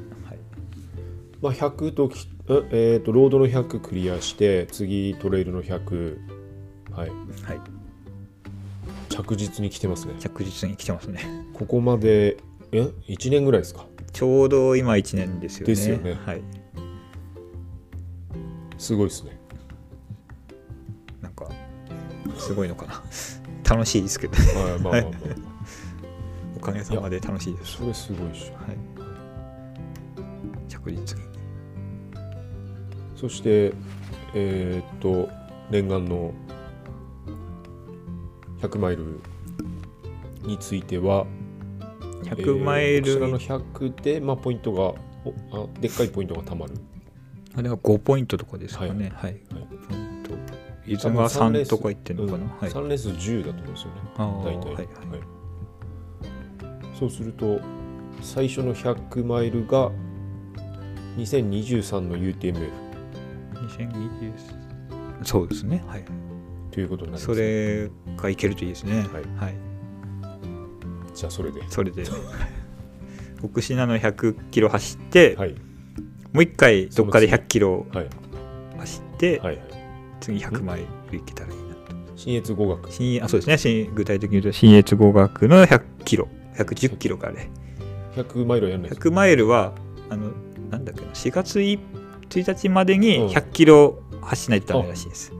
S1: まあ100ときええーとロードの100クリアして次トレイルの100はい
S2: はい、
S1: 着実に来てますね。
S2: 着実に来てますね
S1: ここまでえ1年ぐらいですか。
S2: ちょうど今1年ですよね
S1: ですよね
S2: はい、
S1: すごいですね。
S2: なんかすごいのかな 楽しいですけど
S1: はいまあまあまあ。
S2: おかげさまで楽しいです。
S1: それすごいっしょ。
S2: はい。着実に。
S1: そしてえっと念願の100マイルについては。
S2: 100マイ
S1: え
S2: ル
S1: ーこ
S2: に、
S1: ちらの100で、まあ、ポイントがおあでっかいポイントがたまる
S2: あれは5ポイントとかですかね。はい。
S1: はい
S2: 5ポイント。伊豆が3とか言ってるのかな。
S1: うん
S2: はい。
S1: 3レース10だと思うんですよね
S2: あー
S1: 大体、
S2: はいはい
S1: そうすると最初の100マイルが2023の UTMF
S2: 2020そうですね。はい。
S1: ということになります
S2: それがいけるといいですね。
S1: はい
S2: はい。
S1: じゃあそれで
S2: それで。 奥信濃100キロ走って、
S1: はい
S2: もう一回どっかで100キロ
S1: はい
S2: 走って、
S1: はいはい
S2: 次100マイル行けたらいいな。
S1: 信越語学
S2: 新あそうですね新具体的に言うと新越合学の100キロ110キロかあれ
S1: 100マイルはやらないです
S2: 100マイルはあのなんだっけな4月1日まで
S1: うん
S2: に100キロ走らないとダメらしいです、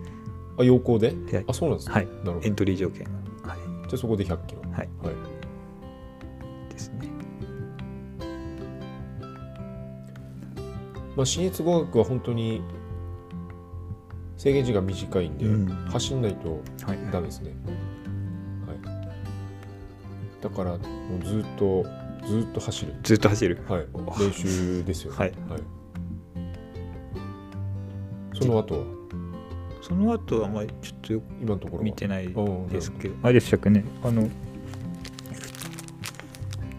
S1: あ陽光で
S2: はい
S1: あそうなんですね
S2: はい
S1: なるほど
S2: エ
S1: じ
S2: ントリー条件がはい
S1: ゃあそこで100キロ
S2: はい
S1: はい
S2: ですね
S1: まあ、新越語学は本当に制限時間短いんで、
S2: うん
S1: 走んないと
S2: はい
S1: ダメですね、はい、だからもうずっとずっと走る、
S2: ずっと走る
S1: はい、練習ですよね、
S2: はい
S1: その後は
S2: その後はまあちょっとよく
S1: 今のところは
S2: 見てない
S1: うん
S2: ですけどあれでしたっけねあの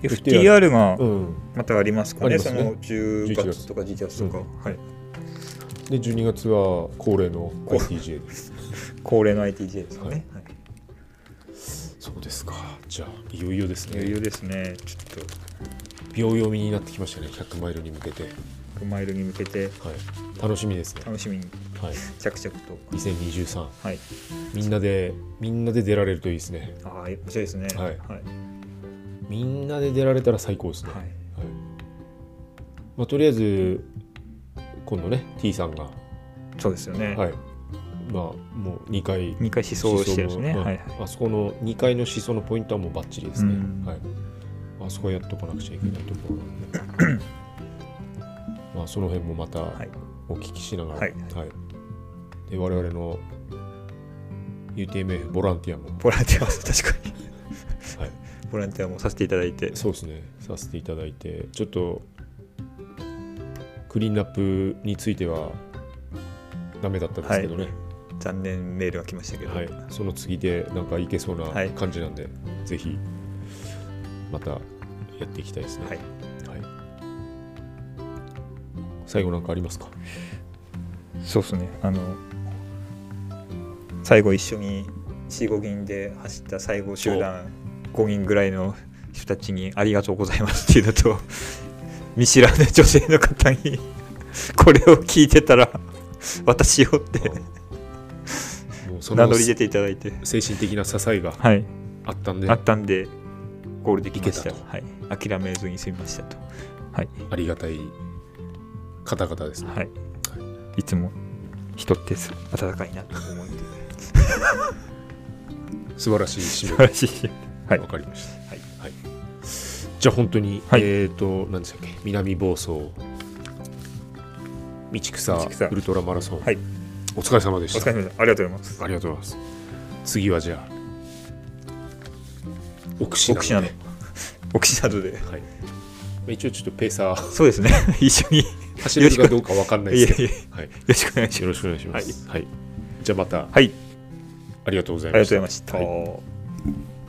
S1: FTR
S2: FTR が
S1: うん
S2: またありますか
S1: あり
S2: ね
S1: ます
S2: そ
S1: ね
S2: の10
S1: 11
S2: 月とか11月とか、はい
S1: で12月は恒例の ITJ です
S2: 恒例の ITJ ですかね、はい
S1: そうですかじゃあいよいよです
S2: 余
S1: ね
S2: 裕ですねちょっ
S1: 秒読みになってきましたね100マイルに向けて、はい、
S2: とマイルに向けて
S1: 楽しみですね、
S2: 楽しみに
S1: はい、
S2: 着々と
S1: 2023
S2: はい
S1: みんなでみんなで出られるといいですね
S2: ああ面白いですね
S1: はい
S2: はい
S1: みんなで出られたら最高ですね、
S2: はい
S1: はいまあ、とりあえず今度ね T さんが、
S2: そうですよね、
S1: はいまあ、もう2回
S2: 二回思想してるんで
S1: 思
S2: すね
S1: 想の
S2: はいはい
S1: あそこの2階の思想のポイントはもうバッチリですね、
S2: うん
S1: はい、あそこはやっとかなくちゃいけないところなんで まあその辺もまた
S2: はい
S1: お聞きしながら、
S2: はい
S1: で我々の UTMF ボランティアも、
S2: ボランティア 確かに
S1: はい、
S2: ボランティアもさせていただいて
S1: そうですねさせていただいてちょっとクリーンナップについてはダメだったんですけどね、
S2: 残念メールが来ましたけど、
S1: はいその次でなんかいけそうな
S2: はい
S1: 感じなんで、ぜひまたやっていきたいですね、
S2: はい
S1: はい最後なんかありますか
S2: そうですねあの最後一緒に45人で走った最後集団5人ぐらいの人たちに「ありがとうございます」っていうのと 見知らぬ女性の方に これを聞いてたら私よって
S1: もうそ
S2: 名
S1: の
S2: 乗り出ていただいて
S1: 精神的な支えが
S2: はい
S1: あったんで
S2: あったんでゴールできまし
S1: いけ
S2: た
S1: た
S2: はい、諦めずに済みましたとはい、
S1: ありがたい方々ですね
S2: はい、いつも人ってす温かいなと 思って
S1: 素晴らしい締め
S2: 素晴らしいはい
S1: わかりました。
S2: はい
S1: はい。じゃあ本当に、
S2: はい
S1: えっ、と何でしたっけ南房総道草
S2: 道草
S1: ウルトラマラソン、
S2: はい
S1: お疲れ様でし
S2: お
S1: た。
S2: 疲れ様でしたありがとうございます
S1: ありがとうございます。次はじゃあ奥信
S2: 奥信濃 オキシナドで
S1: はい。まあ一応ちょっとペーサー
S2: そうですね 一緒によ
S1: 走れるかどうかわかんないですけど、
S2: いえい
S1: はい。
S2: ろしくお願いし
S1: よ
S2: ます
S1: ろしくお願いします。はい。じゃあまた
S2: はい
S1: ありがとうござい
S2: ありがとう
S1: ま
S2: ご
S1: し
S2: ざ
S1: た
S2: いました、
S1: はい